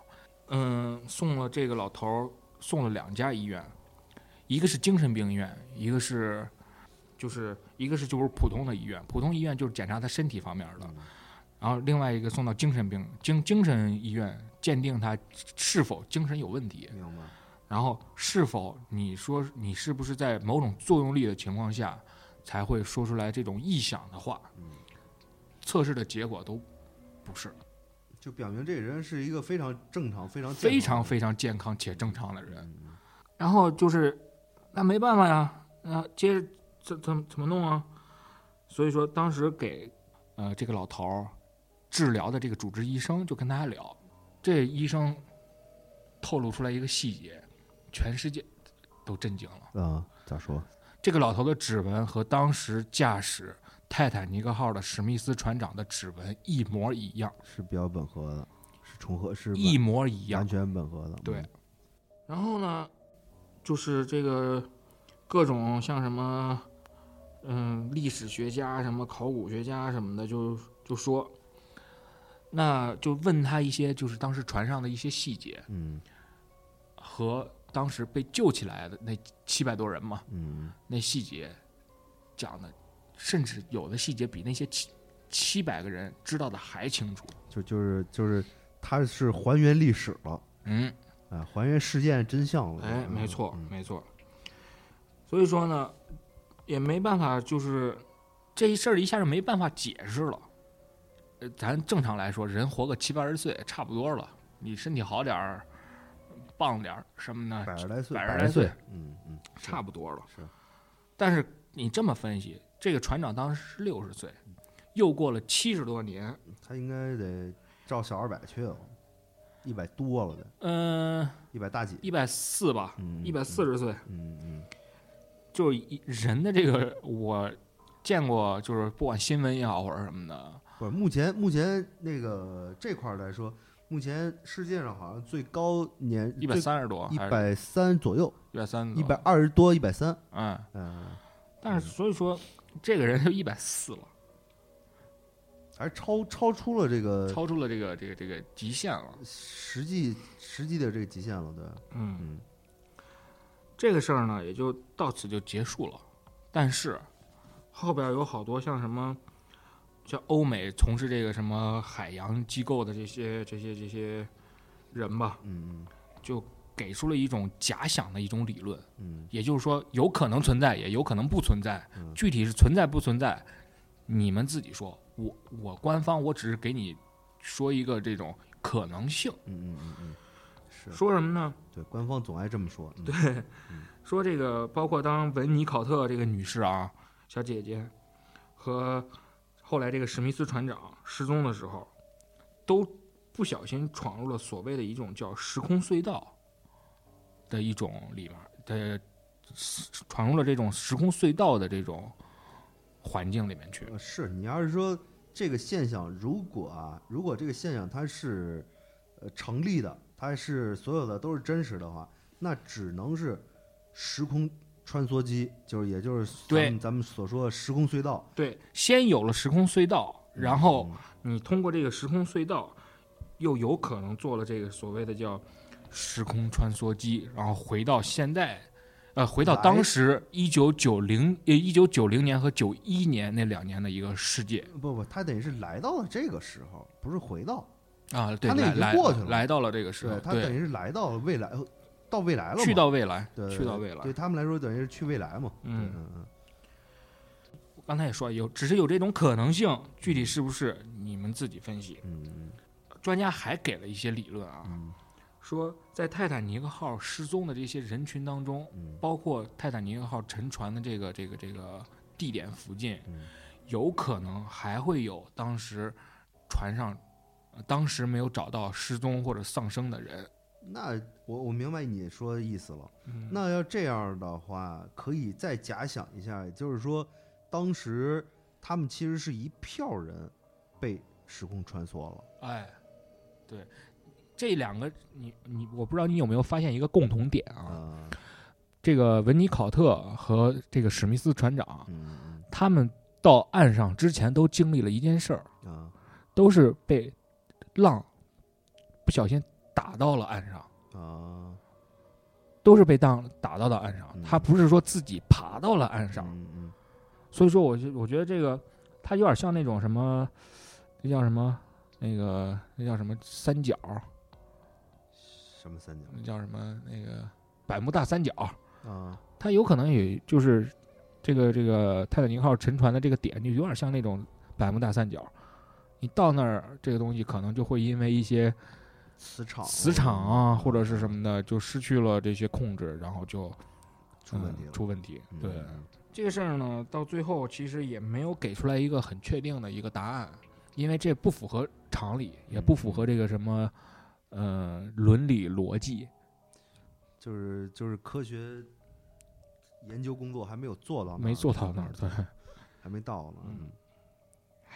Speaker 1: 嗯，送了这个老头儿送了两家医院，一个是精神病医院，一个是就是一个是就是普通的医院，普通医院就是检查他身体方面
Speaker 2: 嗯
Speaker 1: 的。
Speaker 2: 嗯，
Speaker 1: 然后另外一个送到精神病精精神医院鉴定他是否精神有问题，
Speaker 2: 明白，
Speaker 1: 然后是否你说你是不是在某种作用力的情况下才会说出来这种臆想的话
Speaker 2: 嗯，
Speaker 1: 测试的结果都不是
Speaker 2: 就表明这个人是一个非常正常、非常健
Speaker 1: 非
Speaker 2: 康
Speaker 1: 常
Speaker 2: 的
Speaker 1: 非常健康且正常的人。
Speaker 2: 嗯嗯
Speaker 1: 然后就是那没办法呀，那接着怎怎怎么弄啊？所以说当时给呃这个老头儿治疗的这个主治医生就跟他聊，这医生透露出来一个细节，全世界都震惊了。
Speaker 2: 啊，咋说？
Speaker 1: 这个老头的指纹和当时驾驶泰坦尼克号的史密斯船长的指纹一模一样，
Speaker 2: 是比较吻合的，是重合，是
Speaker 3: 一模一样
Speaker 2: 完，全吻合的。
Speaker 3: 对
Speaker 2: 嗯，
Speaker 1: 然后呢，就是这个各种像什么，嗯，历史学家、什么考古学家什么的就，就说，那就问他一些就是当时船上的一些细节
Speaker 2: 嗯
Speaker 1: 和当时被救起来的那七百多人嘛，
Speaker 2: 嗯
Speaker 1: 那细节讲的，甚至有的细节比那些七七百个人知道的还清楚。
Speaker 2: 就就是就是，它是还原历史了，
Speaker 1: 嗯，
Speaker 2: 哎，还原事件真相了。
Speaker 1: 哎，
Speaker 2: 嗯
Speaker 1: 没错，
Speaker 2: 嗯
Speaker 1: 没错。所以说呢，也没办法，就是这一事儿一下就没办法解释了。呃，咱正常来说，人活个七八十岁差不多了，你身体好点儿，棒点儿什么
Speaker 2: 百
Speaker 1: 的，
Speaker 2: 十来岁，
Speaker 1: 百
Speaker 2: 十
Speaker 1: 十来岁，
Speaker 2: 嗯嗯，是
Speaker 1: 差不多了。
Speaker 2: 哎是，
Speaker 1: 但是你这么分析，这个船长当时六十岁，
Speaker 2: 嗯
Speaker 1: 又过了七十多年，
Speaker 2: 他应该得照小二百去了，一百多了得，
Speaker 1: 嗯、
Speaker 2: 一百大几，
Speaker 1: 一百四吧，
Speaker 2: 嗯，
Speaker 1: 一百四
Speaker 2: 十，
Speaker 1: 十岁，
Speaker 2: 嗯嗯
Speaker 1: 就是一人的这个，我见过，就是不管新闻也好或者什么的，
Speaker 2: 嗯，不是，目前目前那个这块儿来说，目前世界上好像最高年
Speaker 1: 一百三十多，
Speaker 2: 一
Speaker 1: 还是
Speaker 2: 百三左右，
Speaker 1: 一百三，
Speaker 2: 一百，二十多，一百三，
Speaker 1: 嗯，
Speaker 2: 嗯，
Speaker 1: 但是所以说这个人就一百四了，
Speaker 2: 还是超超出了这个
Speaker 1: 超出了这个这个这个极限了，
Speaker 2: 实际实际的这个极限了，对，
Speaker 1: 嗯，
Speaker 2: 嗯
Speaker 1: 这个事儿呢也就到此就结束了，但是后边有好多像什么。像欧美从事这个什么海洋机构的这些这些这些人吧，
Speaker 2: 嗯
Speaker 1: 就给出了一种假想的一种理论，
Speaker 2: 嗯
Speaker 1: 也就是说，有可能存在，也有可能不存在。
Speaker 2: 嗯
Speaker 1: 具体是存在不存在，你们自己说。我我官方我只是给你说一个这种可能性。
Speaker 2: 嗯嗯嗯嗯，是
Speaker 1: 说什么呢？
Speaker 2: 对，官方总爱这么说，嗯对，
Speaker 1: 说这个包括当文尼考特这个女士啊，小姐姐，和后来这个史密斯船长失踪的时候，都不小心闯入了所谓的一种叫时空隧道的一种里面的，闯入了这种时空隧道的这种环境里面去。
Speaker 2: 呃，是你要是说这个现象，如果啊，如果这个现象它是呃成立的，它是所有的都是真实的话，那只能是时空穿梭机，就是也就是咱
Speaker 1: 对
Speaker 2: 们咱们所说的时空隧道。
Speaker 1: 对，先有了时空隧道，然后
Speaker 2: 嗯
Speaker 1: 你通过这个时空隧道，又有可能做了这个所谓的叫时空穿梭机，然后回到现代，呃，回到当时一九九零呃一九九零年和九一年那两年的一个世界
Speaker 2: 嗯不不，它等于是来到了这个时候，不是回到，
Speaker 1: 啊，对，
Speaker 2: 他那已
Speaker 1: 来
Speaker 2: 经
Speaker 1: 来
Speaker 2: 过去了
Speaker 1: 来到了这个时候
Speaker 2: 对，，它等于是来到未来，呃到未来了嘛，
Speaker 1: 去到未来，
Speaker 2: 对
Speaker 1: 去到未来
Speaker 2: 对。他们来说等于是去未来嘛，对
Speaker 1: 嗯
Speaker 2: 嗯嗯，
Speaker 1: 刚才也说有，只是有这种可能性，具体是不是你们自己分析。
Speaker 2: 嗯
Speaker 1: 专家还给了一些理论啊，
Speaker 2: 嗯
Speaker 1: 说在泰坦尼克号失踪的这些人群当中，
Speaker 2: 嗯
Speaker 1: 包括泰坦尼克号沉船的这个这个这个地点附近，
Speaker 2: 嗯
Speaker 1: 有可能还会有当时船上呃当时没有找到失踪或者丧生的人。
Speaker 2: 那我我明白你说的意思了。
Speaker 1: 嗯
Speaker 2: 那要这样的话，可以再假想一下，也就是说，当时他们其实是一票人被时空穿梭了。
Speaker 1: 哎，对，这两个你你我不知道你有没有发现一个共同点啊？
Speaker 2: 啊，
Speaker 1: 这个文尼考特和这个史密斯船长，
Speaker 2: 嗯
Speaker 1: 他们到岸上之前都经历了一件事儿，
Speaker 2: 嗯啊
Speaker 1: 都是被浪不小心打到了岸上。
Speaker 2: 啊，
Speaker 1: 都是被当打到到岸上
Speaker 2: 嗯，
Speaker 1: 他不是说自己爬到了岸上，
Speaker 2: 嗯嗯
Speaker 1: 所以说我就我觉得这个他有点像那种什么，那叫什么那个那叫什么三角，
Speaker 2: 什么三角
Speaker 1: 那叫什么那个百慕大三角，
Speaker 2: 啊？
Speaker 1: 他有可能也就是这个这个泰坦尼克号沉船的这个点，就有点像那种百慕大三角。你到那儿，这个东西可能就会因为一些
Speaker 2: 磁场，
Speaker 1: 磁场
Speaker 2: 嗯
Speaker 1: 啊，或者是什么的，就失去了这些控制，然后就
Speaker 2: 出问题
Speaker 1: 嗯
Speaker 2: 了。
Speaker 1: 出问题。
Speaker 2: 嗯
Speaker 1: 对，
Speaker 2: 嗯
Speaker 1: 这个事儿呢，到最后其实也没有给出来一个很确定的一个答案，因为这不符合常理，也不符
Speaker 2: 嗯
Speaker 1: 合这个什么，呃，伦理逻辑。
Speaker 2: 就是就是科学研究工作还没有做到那儿，
Speaker 1: 没做到那儿 对
Speaker 2: 还没到呢。
Speaker 1: 嗯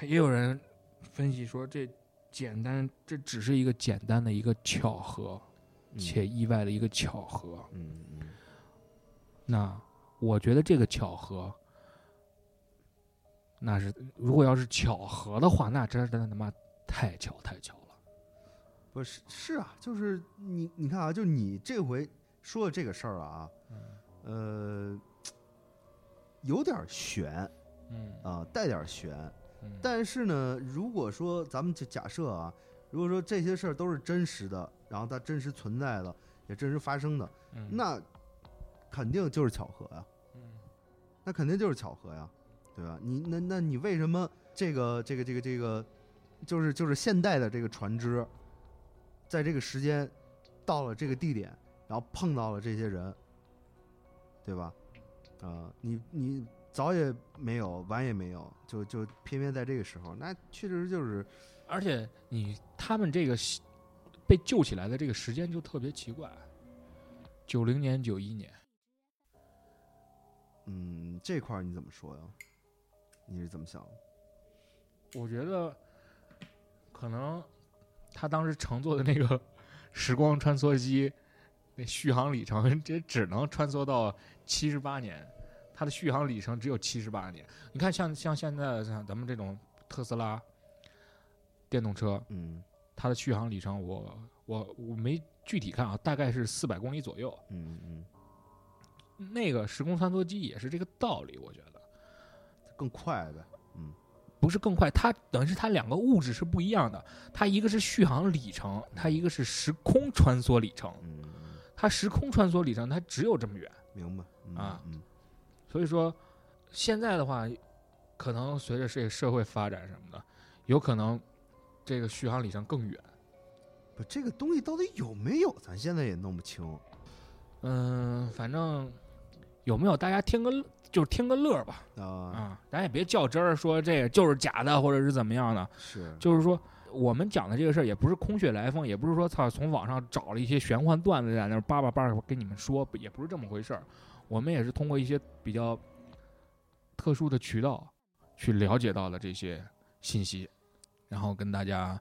Speaker 1: 也有人分析说，这简单，这只是一个简单的一个巧合，且意外的一个巧合。
Speaker 2: 嗯嗯
Speaker 1: 那我觉得这个巧合，那是如果要是巧合的话，那真是他妈太巧太巧了。
Speaker 2: 不是是啊，就是你你看啊，就你这回说的这个事儿啊，呃，有点悬
Speaker 1: 嗯
Speaker 2: 啊，带点悬。
Speaker 1: 嗯
Speaker 2: 但是呢，如果说咱们就假设啊，如果说这些事儿都是真实的，然后它真实存在的，也真实发生的，
Speaker 1: 嗯
Speaker 2: 那肯定就是巧合呀、
Speaker 1: 嗯
Speaker 2: 那肯定就是巧合呀，对吧？你那那你为什么这个这个这个这个，就是就是现代的这个船只，在这个时间到了这个地点，然后碰到了这些人，对吧？啊、你你早也没有，晚也没有，就就偏偏在这个时候，那确实就是
Speaker 1: 而且你他们这个西被救起来的这个时间就特别奇怪，九零年、九一年，
Speaker 2: 嗯，这块儿你怎么说呀？你是怎么想的？
Speaker 1: 我觉得可能他当时乘坐的那个 时光穿梭机，那续航里程 这只能穿梭到七十八年，它的续航里程只有七十八年。你看像，像现在像咱们这种特斯拉电动车，
Speaker 2: 嗯
Speaker 1: 它的续航里程我我我没具体看啊，大概是四百公里左右。
Speaker 2: 嗯嗯，
Speaker 1: 那个时空穿梭机也是这个道理，我觉得
Speaker 2: 更快呗。
Speaker 1: 不是更快，它等于是它两个物质是不一样的，它一个是续航里程，它一个是时空穿梭里程，
Speaker 2: 嗯，嗯
Speaker 1: 它时空穿梭里程它只有这么远，
Speaker 2: 明白。嗯
Speaker 1: 啊
Speaker 2: 嗯
Speaker 1: 所以说现在的话，可能随着这个社会发展什么的，有可能这个续航里程更远。
Speaker 2: 不，这个东西到底有没有，咱现在也弄不清。
Speaker 1: 嗯，反正有没有大家听个就是听个乐儿吧，
Speaker 2: 啊，
Speaker 1: 啊，咱也别较真儿说这个就是假的或者是怎么样的，
Speaker 2: 是，
Speaker 1: 就是说我们讲的这个事儿也不是空穴来风，也不是说操从网上找了一些玄幻段子在那儿叭叭叭跟你们说，不也不是这么回事儿。我们也是通过一些比较特殊的渠道去了解到了这些信息，然后跟大家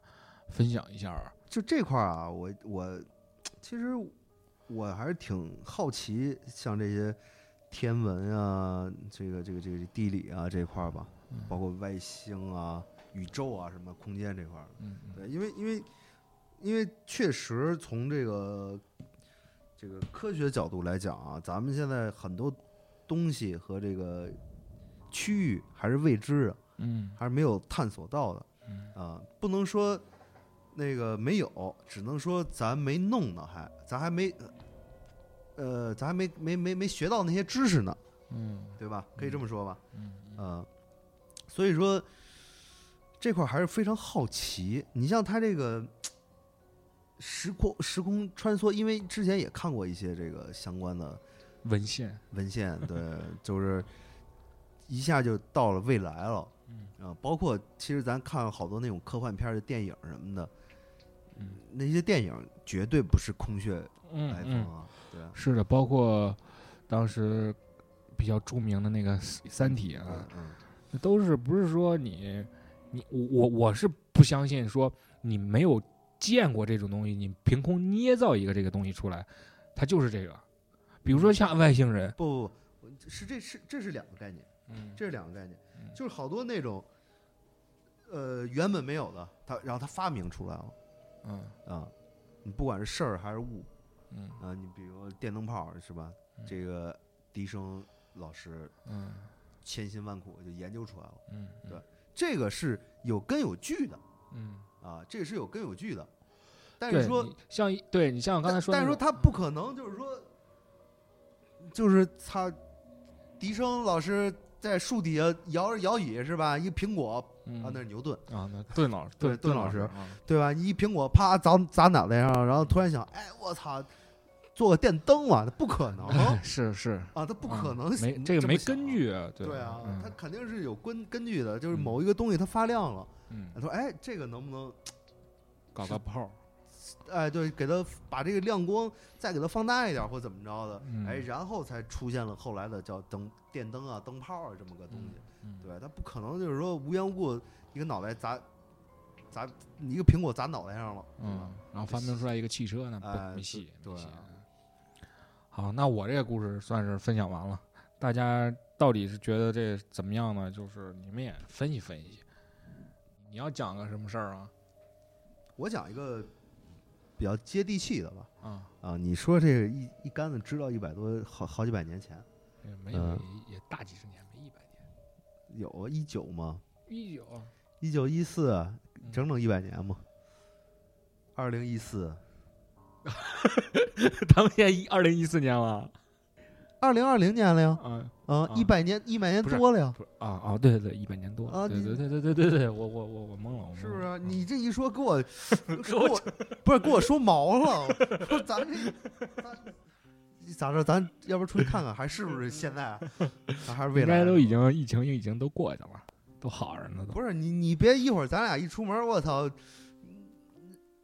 Speaker 1: 分享一下儿。
Speaker 2: 就这块儿啊，我我其实我还是挺好奇，像这些天文啊，这个这个这个地理啊这块儿吧，包括外星啊、宇宙啊什么空间这块儿的。
Speaker 1: 嗯，嗯
Speaker 2: 对，因为因为因为确实从这个这个科学角度来讲啊，咱们现在很多东西和这个区域还是未知的，
Speaker 1: 嗯
Speaker 2: 还是没有探索到的。
Speaker 1: 嗯
Speaker 2: 啊，不能说那个没有，只能说咱没弄呢，还咱还没，呃，咱还没没没没学到那些知识呢，
Speaker 1: 嗯
Speaker 2: 对吧？可以这么说吧，
Speaker 1: 嗯
Speaker 2: 嗯，所以说这块儿还是非常好奇。你像他这个时空时空穿梭，因为之前也看过一些这个相关的
Speaker 1: 文献，
Speaker 2: 文献，对， 就是一下就到了未来了。
Speaker 1: 嗯
Speaker 2: 啊，包括其实咱看好多那种科幻片儿的电影什么的，
Speaker 1: 嗯，
Speaker 2: 那些电影绝对不是空穴
Speaker 1: 嗯
Speaker 2: 来风
Speaker 1: 嗯，
Speaker 2: 啊，对啊，
Speaker 1: 是的，包括当时比较著名的那个《三体》啊，
Speaker 2: 嗯嗯，
Speaker 1: 都是不是说你你我我我是不相信说你没有见过这种东西，你凭空捏造一个这个东西出来，它就是这个。比如说像外星人，
Speaker 2: 不不不，是这是这是两个概念，
Speaker 1: 嗯
Speaker 2: 这是两个概念
Speaker 1: 嗯，
Speaker 2: 就是好多那种，呃，原本没有的，他然后他发明出来了
Speaker 1: 嗯
Speaker 2: 啊，你不管是事儿还是物
Speaker 1: 嗯
Speaker 2: 啊，你比如电灯泡儿是吧？这个笛声老师
Speaker 1: 嗯
Speaker 2: 千辛万苦就研究出来了，
Speaker 1: 嗯
Speaker 2: 这个是有根有据的。
Speaker 1: 嗯，
Speaker 2: 啊，这个是有根有据的。但
Speaker 1: 对，
Speaker 2: 是说，
Speaker 1: 你像一对你像刚才说
Speaker 2: 但
Speaker 1: 那种，
Speaker 2: 但是说他不可能就是说，就是他，笛声老师在树底下摇着摇椅是吧？一苹果
Speaker 1: 嗯
Speaker 2: 啊，那是牛顿
Speaker 1: 啊那顿老师
Speaker 2: 对
Speaker 1: 顿
Speaker 2: 顿
Speaker 1: 老
Speaker 2: 老师
Speaker 1: 啊
Speaker 2: 对吧？一苹果啪砸砸脑袋上，然后突然想，哎，我操，做个电灯嘛，那不可能
Speaker 1: 是是
Speaker 2: 啊，他不
Speaker 1: 啊
Speaker 2: 可能
Speaker 1: 嗯没
Speaker 2: 这
Speaker 1: 这个
Speaker 2: 么
Speaker 1: 没
Speaker 2: 想
Speaker 1: 根。据，
Speaker 2: 对啊，
Speaker 1: 嗯
Speaker 2: 他肯定是有根根据的，就是
Speaker 1: 嗯
Speaker 2: 某一个东西它发亮了，
Speaker 1: 嗯
Speaker 2: 他说哎，这个能不能
Speaker 1: 搞
Speaker 2: 是
Speaker 1: 个炮儿，
Speaker 2: 哎，对，给它把这个亮光再给它放大一点，或怎么着的，
Speaker 1: 嗯
Speaker 2: 哎，然后才出现了后来的叫灯、电灯啊、灯泡啊这么个东西，
Speaker 1: 嗯嗯
Speaker 2: 对吧？它不可能就是说无缘无故一个脑袋砸砸你一个苹果砸脑袋上了，
Speaker 1: 嗯，然后发明出来一个汽车呢，
Speaker 2: 哎
Speaker 1: 不没戏，
Speaker 2: 对
Speaker 1: 没戏嗯
Speaker 2: 啊
Speaker 1: 好，那我这个故事算是分享完了，大家到底是觉得这怎么样呢？就是你们也分析分析，你要讲个什么事儿啊？
Speaker 2: 我讲一个比较接地气的吧，
Speaker 1: 啊，
Speaker 2: 啊，你说这个一一竿子知道一百多好好几百年前
Speaker 1: 也没有、
Speaker 2: 嗯
Speaker 1: 也也大几十年，没一百年，
Speaker 2: 有啊一九吗？
Speaker 1: 一 九
Speaker 2: 一九一四，啊
Speaker 1: 嗯
Speaker 2: 整整一百年嘛。二零一
Speaker 1: 嗯
Speaker 2: 四，
Speaker 1: 他们现在一二零一四年了，
Speaker 2: 二零二零年了呀，
Speaker 1: 啊
Speaker 2: 啊
Speaker 1: 啊，
Speaker 2: 一百年一百年
Speaker 1: 不是
Speaker 2: 多了呀，
Speaker 1: 不是啊哦，对对对，一百年多了，
Speaker 2: 啊
Speaker 1: 对
Speaker 2: 你
Speaker 1: 对对对对对对，我我我我懵了，我懵了
Speaker 2: 是不是啊？
Speaker 1: 嗯
Speaker 2: 你这一说 给我给我不是给我说毛了，我说 咱这咱咋着？咱要不出去看看，还是不是现在？啊还是未
Speaker 1: 应
Speaker 2: 来？
Speaker 1: 该都已经疫情已经都过去了，都好着呢都。
Speaker 2: 不是你，你别一会儿咱俩一出门，我操，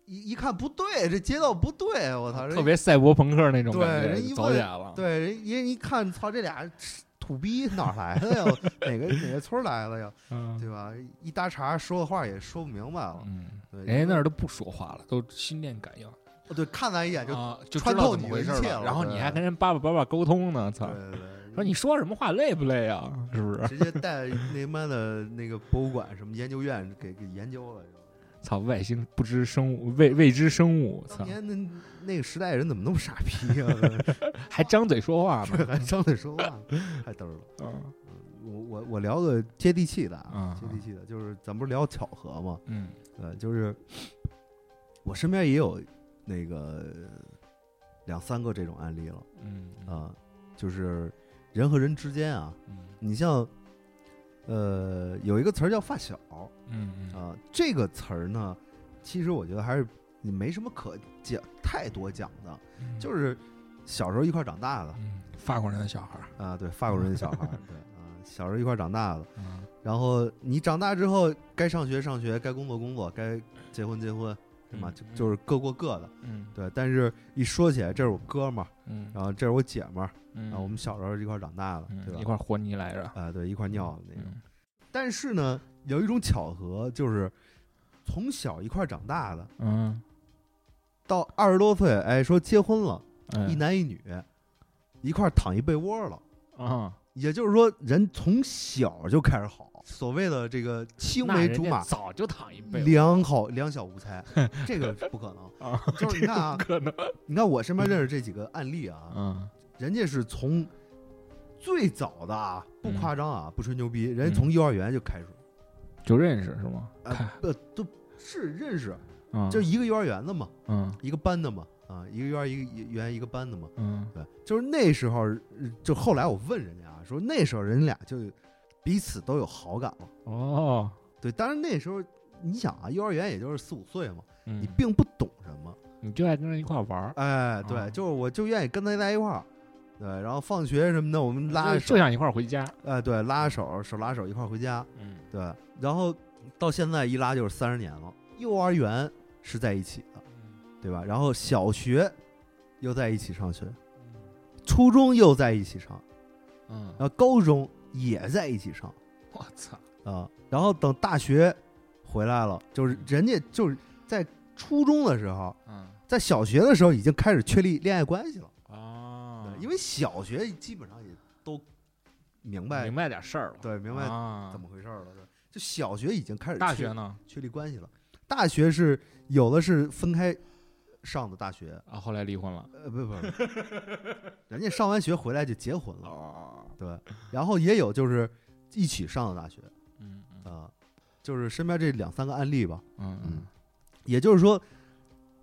Speaker 2: 一一看不对，这街道不对，我操，人
Speaker 1: 啊特别赛博朋克那种
Speaker 2: 对
Speaker 1: 感
Speaker 2: 人
Speaker 1: 觉，
Speaker 2: 一
Speaker 1: 走
Speaker 2: 问
Speaker 1: 起来了。
Speaker 2: 对人人一看，操，这俩土逼哪儿来的呀？ 哪个哪个村儿来的呀？
Speaker 1: 嗯，
Speaker 2: 对吧？一搭茬说的话也说不明白了，
Speaker 1: 嗯，
Speaker 2: 对，
Speaker 1: 人家那儿都不说话了，都心电感应，
Speaker 2: 哦对看咱一眼就，
Speaker 1: 啊，就知
Speaker 2: 穿
Speaker 1: 道
Speaker 2: 透
Speaker 1: 怎
Speaker 2: 你
Speaker 1: 么
Speaker 2: 的
Speaker 1: 回
Speaker 2: 一
Speaker 1: 事
Speaker 2: 切
Speaker 1: 了。
Speaker 2: 了
Speaker 1: 然后你
Speaker 2: 对
Speaker 1: 还跟人叭叭叭叭沟通呢，操
Speaker 2: 对！嗯对
Speaker 1: 说
Speaker 2: 对，
Speaker 1: 你说什么话累不累啊？是不是？
Speaker 2: 直接带那妈的那个博物馆什么研究院给给研究了。
Speaker 1: 操，外星不知生物，未未知生物，操
Speaker 2: 当，年那那个时代人怎么那么傻 逼呀、
Speaker 1: 还张嘴说话 呢。
Speaker 2: 还张嘴说话，太嘚儿了。
Speaker 1: 嗯
Speaker 2: 我我我聊个接地气的
Speaker 1: 啊
Speaker 2: 接地气的，就是咱不是聊巧合吗？
Speaker 1: 嗯
Speaker 2: 呃，就是我身边也有那个两三个这种案例了
Speaker 1: 嗯
Speaker 2: 啊、就是人和人之间啊，
Speaker 1: 嗯
Speaker 2: 你像呃有一个词儿叫发小啊、
Speaker 1: 嗯嗯
Speaker 2: 这个词儿呢，其实我觉得还是你没什么可讲太多讲的，
Speaker 1: 嗯，
Speaker 2: 就是小时候一块儿长大的啊、
Speaker 1: 嗯法国人的小孩儿。
Speaker 2: 对，法国人的小孩 儿，对啊、小时候一块儿长大的。
Speaker 1: 嗯
Speaker 2: 然后你长大之后，该上学上学，该工作工作，该结婚结婚，对吗？
Speaker 1: 嗯
Speaker 2: 就就是各过各的，
Speaker 1: 嗯
Speaker 2: 对。但是一说起来，这是我哥们儿，
Speaker 1: 嗯
Speaker 2: 然后这是我姐们儿，
Speaker 1: 嗯，
Speaker 2: 啊然后我们小时候一块儿长大的，
Speaker 1: 嗯
Speaker 2: 对吧？
Speaker 1: 一块儿和泥来着。
Speaker 2: 啊、对，一块儿尿的那种。
Speaker 1: 嗯
Speaker 2: 但是呢，有一种巧合，就是从小一块儿长大的，
Speaker 1: 嗯，
Speaker 2: 到二十多岁，哎，说结婚了，
Speaker 1: 哎
Speaker 2: 一男一女，一块儿躺一被窝了。
Speaker 1: 啊，
Speaker 2: 也就是说，人从小就开始好，所谓的这个青
Speaker 1: 那
Speaker 2: 梅
Speaker 1: 人
Speaker 2: 竹
Speaker 1: 家
Speaker 2: 马，
Speaker 1: 早就躺一辈子，
Speaker 2: 两好两小 无猜，这个不可能。
Speaker 1: 啊
Speaker 2: 就是你看 啊，
Speaker 1: 可能，
Speaker 2: 你看我身边认识这几个案例啊，
Speaker 1: 嗯
Speaker 2: 人家是从最早的啊，不
Speaker 1: 嗯
Speaker 2: 夸张啊，不吹牛逼，人家从幼儿园就开始，
Speaker 1: 就认识是吗？看
Speaker 2: 啊，呃，都是认识，
Speaker 1: 嗯，
Speaker 2: 就一个幼儿园的嘛，
Speaker 1: 嗯
Speaker 2: 一个班的嘛，啊，一个幼儿一个园一个班的嘛，
Speaker 1: 嗯
Speaker 2: 对，就是那时候，呃就后来我问人家啊，说那时候人俩就彼此都有好感了，
Speaker 1: 哦，
Speaker 2: 对，当然那时候你想啊，幼儿园也就是四五岁嘛，
Speaker 1: 你
Speaker 2: 你并不懂什么。
Speaker 1: 嗯你就爱跟人一块儿玩儿，
Speaker 2: 哎，
Speaker 1: 啊
Speaker 2: 对，就是我就愿意跟他在一块儿，对，然后放学什么的，我们拉
Speaker 1: 就
Speaker 2: 着手
Speaker 1: 就，想一块儿回家。
Speaker 2: 哎，对，拉着手，手拉手一块儿回家，
Speaker 1: 嗯
Speaker 2: 对，然后到现在一拉就是三十年了，幼儿园是在一起的，
Speaker 1: 嗯
Speaker 2: 对吧？然后小学又在一起上学，初中又在一起上，
Speaker 1: 嗯，
Speaker 2: 然后高中也在一起上
Speaker 1: 我操，
Speaker 2: 啊，然后等大学回来了，就是人家就是在初中的时候，
Speaker 1: 嗯
Speaker 2: 在小学的时候已经开始确立恋爱关系了。
Speaker 1: 啊
Speaker 2: 对，因为小学基本上也都明白，
Speaker 1: 明白点事儿了，
Speaker 2: 对，明白
Speaker 1: 白
Speaker 2: 怎么？回事儿了。对就小学已经开始
Speaker 1: 大
Speaker 2: 确
Speaker 1: 学呢？
Speaker 2: 确立关系了，大学是有的是分开上的大学，
Speaker 1: 啊，后来离婚了。
Speaker 2: 呃，不不，不 人家上完学回来就结婚了，
Speaker 1: 哦，
Speaker 2: 对，然后也有就是一起上的大学
Speaker 1: 嗯嗯
Speaker 2: 啊、就是身边这两三个案例吧。
Speaker 1: 嗯嗯，
Speaker 2: 也就是说，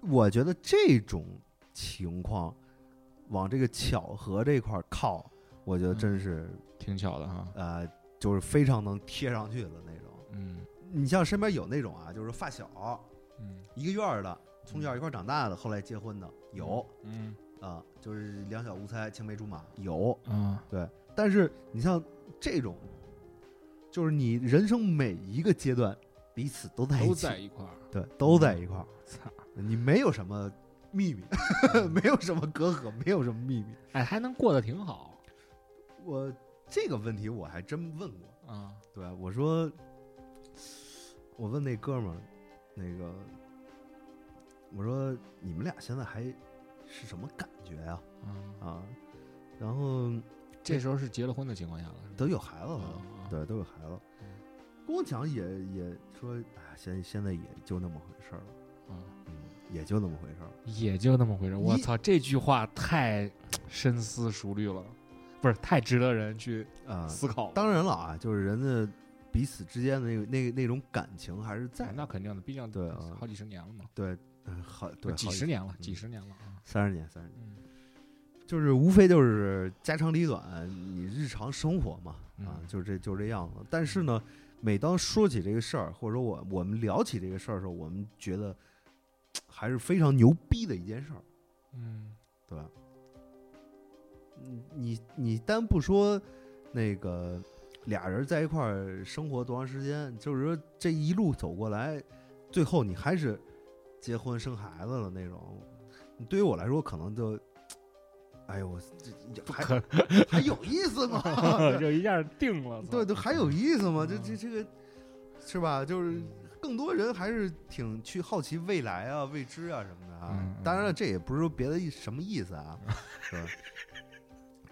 Speaker 2: 我觉得这种情况往这个巧合这块儿靠，我觉得
Speaker 1: 嗯
Speaker 2: 真是。
Speaker 1: 挺巧的哈。
Speaker 2: 呃，就是非常能贴上去的那种。
Speaker 1: 嗯
Speaker 2: 你像身边有那种啊，就是发小
Speaker 1: 嗯，
Speaker 2: 一个院儿的，从小一块儿长大的，后来结婚的有
Speaker 1: 嗯
Speaker 2: 啊、就是两小无猜、青梅竹马有。
Speaker 1: 嗯
Speaker 2: 但是你像这种，就是你人生每一个阶段彼此都在一
Speaker 1: 都
Speaker 2: 起，
Speaker 1: 在一块儿。
Speaker 2: 对，都在一块儿，
Speaker 1: 操，
Speaker 2: 你没有什么秘密，
Speaker 1: 嗯
Speaker 2: 没有什么隔阂，没有什么秘密。
Speaker 1: 哎，还能过得挺好
Speaker 2: 我这个问题我还真问过，
Speaker 1: 啊。
Speaker 2: 对，我说，我问那哥们儿，那个，我说你们俩现在还是什么感觉呀、
Speaker 1: 嗯，
Speaker 2: 啊？啊，然后
Speaker 1: 这时候是结了婚的情况下了，是吧
Speaker 2: 都有孩子了，
Speaker 1: 嗯
Speaker 2: 对，都有孩子了
Speaker 1: 嗯。
Speaker 2: 跟我讲也也说，哎，现现在也就那么回事儿了，
Speaker 1: 嗯，
Speaker 2: 嗯，也就那么回事儿了。
Speaker 1: 也就那么回事。我
Speaker 2: 你
Speaker 1: 操，这句话太深思熟虑了，不是太值得人去
Speaker 2: 啊、
Speaker 1: 思考了。
Speaker 2: 当然了啊，就是人家彼此之间的那个那那种感情还是在
Speaker 1: 哎，那肯定的，毕竟
Speaker 2: 对啊
Speaker 1: 好几十年了嘛，
Speaker 2: 对，嗯，好，对，
Speaker 1: 几
Speaker 2: 好
Speaker 1: 十年了，
Speaker 2: 嗯
Speaker 1: 几十年了啊。
Speaker 2: 三十年，三十年，
Speaker 1: 嗯
Speaker 2: 就是无非就是家长里短，你日常生活嘛，啊，
Speaker 1: 嗯
Speaker 2: 就这就这样了。但是呢，每当说起这个事儿，或者说我我们聊起这个事儿的时候，我们觉得还是非常牛逼的一件事儿，
Speaker 1: 嗯，
Speaker 2: 对吧？嗯你你单不说那个俩人在一块儿生活多长时间，就是说这一路走过来，最后你还是结婚生孩子了那种，对于我来说可能就，哎呦，我这这还
Speaker 1: 可
Speaker 2: 还有意思吗？
Speaker 1: 呃就一下定了。操
Speaker 2: 对，对，还有意思吗？这这
Speaker 1: 嗯
Speaker 2: 这个是吧？就是更多人还是挺去好奇未来啊、未知啊什么的啊。
Speaker 1: 嗯嗯
Speaker 2: 当然了，这也不是说别的意什么意 思啊，是吧？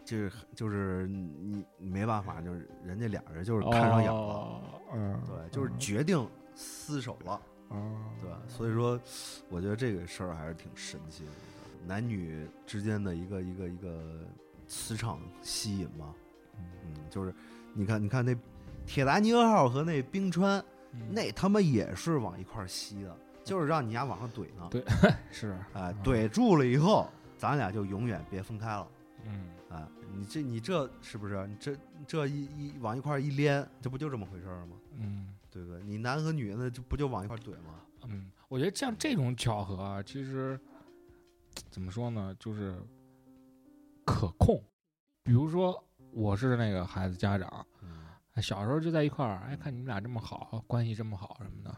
Speaker 2: 就是就是你你没办法，就是人家俩人就是看上眼了，
Speaker 1: 哦嗯，
Speaker 2: 对，就是决定厮守了，
Speaker 1: 哦，
Speaker 2: 对吧？所以说，我觉得这个事儿还是挺神奇的，男女之间的一个一个一个磁场吸引嘛。
Speaker 1: 嗯
Speaker 2: 嗯，就是你看，你看那铁达尼尔号和那冰川，
Speaker 1: 嗯
Speaker 2: 那他妈也是往一块儿吸的，就是让你俩往上怼呢。
Speaker 1: 对嗯是啊
Speaker 2: 哎，怼住了以后，咱俩就永远别分开了。
Speaker 1: 嗯
Speaker 2: 哎，你这你这是不是？你这这一一往一块儿一连，这不就这么回事儿吗？
Speaker 1: 嗯
Speaker 2: 对不对？你男和女的，这不就往一块儿怼吗？
Speaker 1: 嗯，我觉得像这种巧合啊，其实怎么说呢，就是可控。比如说，我是那个孩子家长，
Speaker 2: 嗯，
Speaker 1: 小时候就在一块儿，哎，看你们俩这么好，关系这么好什么的，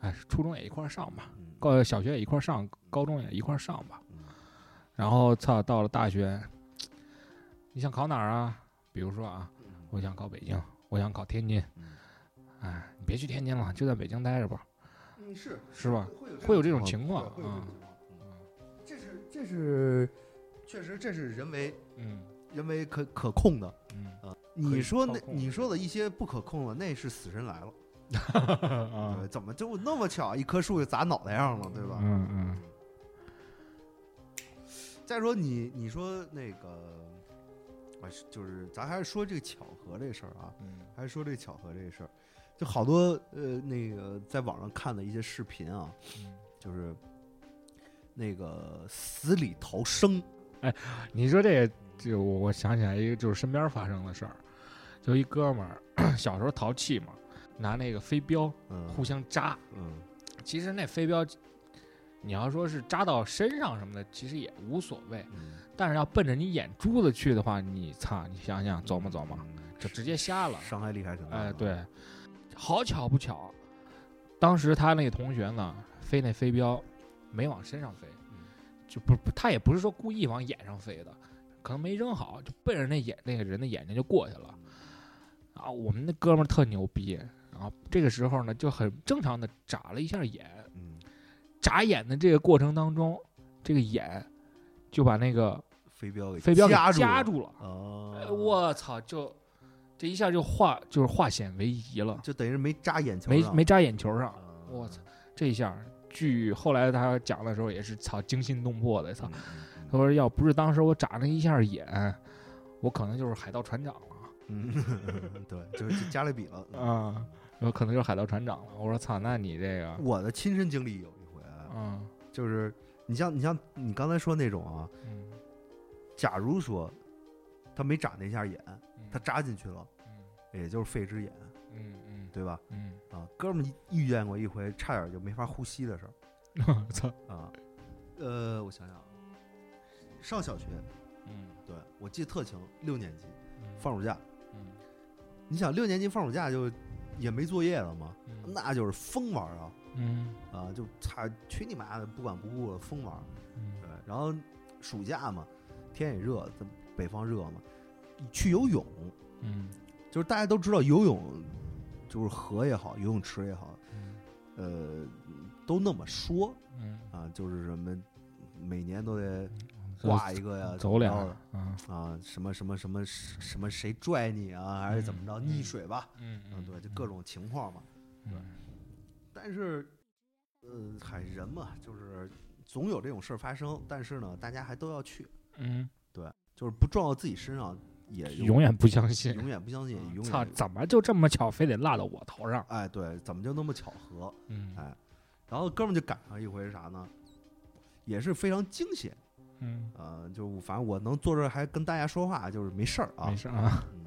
Speaker 1: 哎，初中也一块儿上吧，
Speaker 2: 嗯
Speaker 1: 高小学也一块儿上，高中也一块儿上吧。
Speaker 2: 嗯
Speaker 1: 然后操，到了大学，你想考哪儿啊？比如说啊，我想考北京，我想考天津
Speaker 2: 嗯。
Speaker 1: 哎，你别去天津了，就在北京待着吧，
Speaker 2: 嗯是
Speaker 1: 是吧？
Speaker 2: 会
Speaker 1: 啊会有这
Speaker 2: 种
Speaker 1: 种情况
Speaker 2: 对会有这
Speaker 1: 啊
Speaker 2: 种。情况。嗯，这是这是确实这是人为
Speaker 1: 嗯
Speaker 2: 人为可可控的。
Speaker 1: 嗯可
Speaker 2: 你
Speaker 1: 以
Speaker 2: 说
Speaker 1: 操
Speaker 2: 那
Speaker 1: 控
Speaker 2: 你说的一些不可控的，那是死神来了，
Speaker 1: 啊
Speaker 2: 对，怎么就那么巧，一棵树就砸脑袋上了，对吧？
Speaker 1: 嗯嗯
Speaker 2: 再说你你说那个，啊，是就是咱还是说这个巧合这事儿啊，
Speaker 1: 嗯
Speaker 2: 还是说这个巧合这事儿，就好多呃那个在网上看的一些视频啊，
Speaker 1: 嗯，
Speaker 2: 就是那个死里逃生，
Speaker 1: 你说这个就我我想起来一个就是身边发生的事儿，就一哥们儿 小时候淘气嘛，拿那个飞镖
Speaker 2: 嗯，
Speaker 1: 互相扎，
Speaker 2: 嗯
Speaker 1: 其实那飞镖。你要说是扎到身上什么的，其实也无所谓。
Speaker 2: 嗯，
Speaker 1: 但是要奔着你眼珠子去的话，你擦，你想想琢磨琢磨，
Speaker 2: 嗯
Speaker 1: 就直接瞎了。
Speaker 2: 伤害力还挺大的，
Speaker 1: 哎，对，好巧不巧，当时他那个同学呢，飞那飞镖没往身上飞，就不不他也不是说故意往眼上飞的，可能没扔好，就奔着那眼那个人的眼睛就过去了。啊，我们那哥们儿特牛逼，然后这个时候呢就很正常的眨了一下眼，
Speaker 2: 嗯，
Speaker 1: 眨眼的这个过程当中，这个眼就把那个
Speaker 2: 飞镖给
Speaker 1: 飞镖给
Speaker 2: 夹
Speaker 1: 夹
Speaker 2: 住
Speaker 1: 住了。
Speaker 2: 了，哦
Speaker 1: 哎，我操，就这一下就化就是化险为夷了，
Speaker 2: 就等于是没扎眼球
Speaker 1: 没
Speaker 2: 上
Speaker 1: 没扎眼球上。
Speaker 2: 啊
Speaker 1: 我操，这一下，据后来他讲的时候也是操惊心动魄的，操！
Speaker 2: 嗯嗯
Speaker 1: 他说要不是当时我眨那一下眼，我可能就是海盗船长了
Speaker 2: 嗯，对，就是加勒比了。嗯
Speaker 1: 啊，我可能就是海盗船长了。我说操，那你这个，
Speaker 2: 我的亲身经历有一回，啊
Speaker 1: 嗯
Speaker 2: 就是你像你像你刚才说那种啊，
Speaker 1: 嗯，
Speaker 2: 假如说他没眨那下眼，
Speaker 1: 嗯
Speaker 2: 他扎进去了，
Speaker 1: 嗯
Speaker 2: 也就是废只眼，
Speaker 1: 嗯
Speaker 2: 对吧？
Speaker 1: 嗯
Speaker 2: 啊，哥们儿遇见过一回差点就没法呼吸的事儿
Speaker 1: 嗯，操，
Speaker 2: 啊。呃，我想想，啊，上小学，
Speaker 1: 嗯
Speaker 2: 对我记得特清，六年级
Speaker 1: 嗯
Speaker 2: 放暑假，
Speaker 1: 嗯
Speaker 2: 你想六年级放暑假就也没作业了嘛，
Speaker 1: 嗯
Speaker 2: 那就是疯玩啊。
Speaker 1: 嗯
Speaker 2: 啊，就差去你妈的，不管不顾了，疯玩儿。
Speaker 1: 嗯
Speaker 2: 对，然后暑假嘛，天也热，咱北方热嘛，去游泳，
Speaker 1: 嗯
Speaker 2: 就是大家都知道游泳，就是河也好，游泳池也好，
Speaker 1: 嗯
Speaker 2: 呃，都那么说
Speaker 4: 嗯，
Speaker 2: 啊，就是什么每年都得
Speaker 1: 走
Speaker 2: 挂一个呀，
Speaker 1: 嗯走
Speaker 2: 怎么着
Speaker 1: 两
Speaker 2: 的
Speaker 1: 个啊，
Speaker 2: 啊，什么什么什么什么谁拽你啊，还是怎么着溺水吧，
Speaker 4: 嗯
Speaker 2: 嗯，对，就各种情况嘛。
Speaker 1: 对
Speaker 2: 但是，呃，嗨，人嘛，就是总有这种事儿发生，但是呢，大家还都要去，
Speaker 4: 嗯，
Speaker 2: 就是不撞到自己身上也
Speaker 1: 永远啊不相信，
Speaker 2: 永远不相信，永
Speaker 1: 操，
Speaker 2: 远
Speaker 1: 怎么就这么巧，非得落到我头上？
Speaker 2: 哎，对，怎么就那么巧合？
Speaker 4: 嗯
Speaker 2: 哎然后哥们儿就赶上一回是啥呢？也是非常惊险，
Speaker 4: 嗯，
Speaker 2: 呃，就反正我能坐这儿还跟大家说话，就是没事儿啊
Speaker 1: 没。事啊，
Speaker 2: 嗯，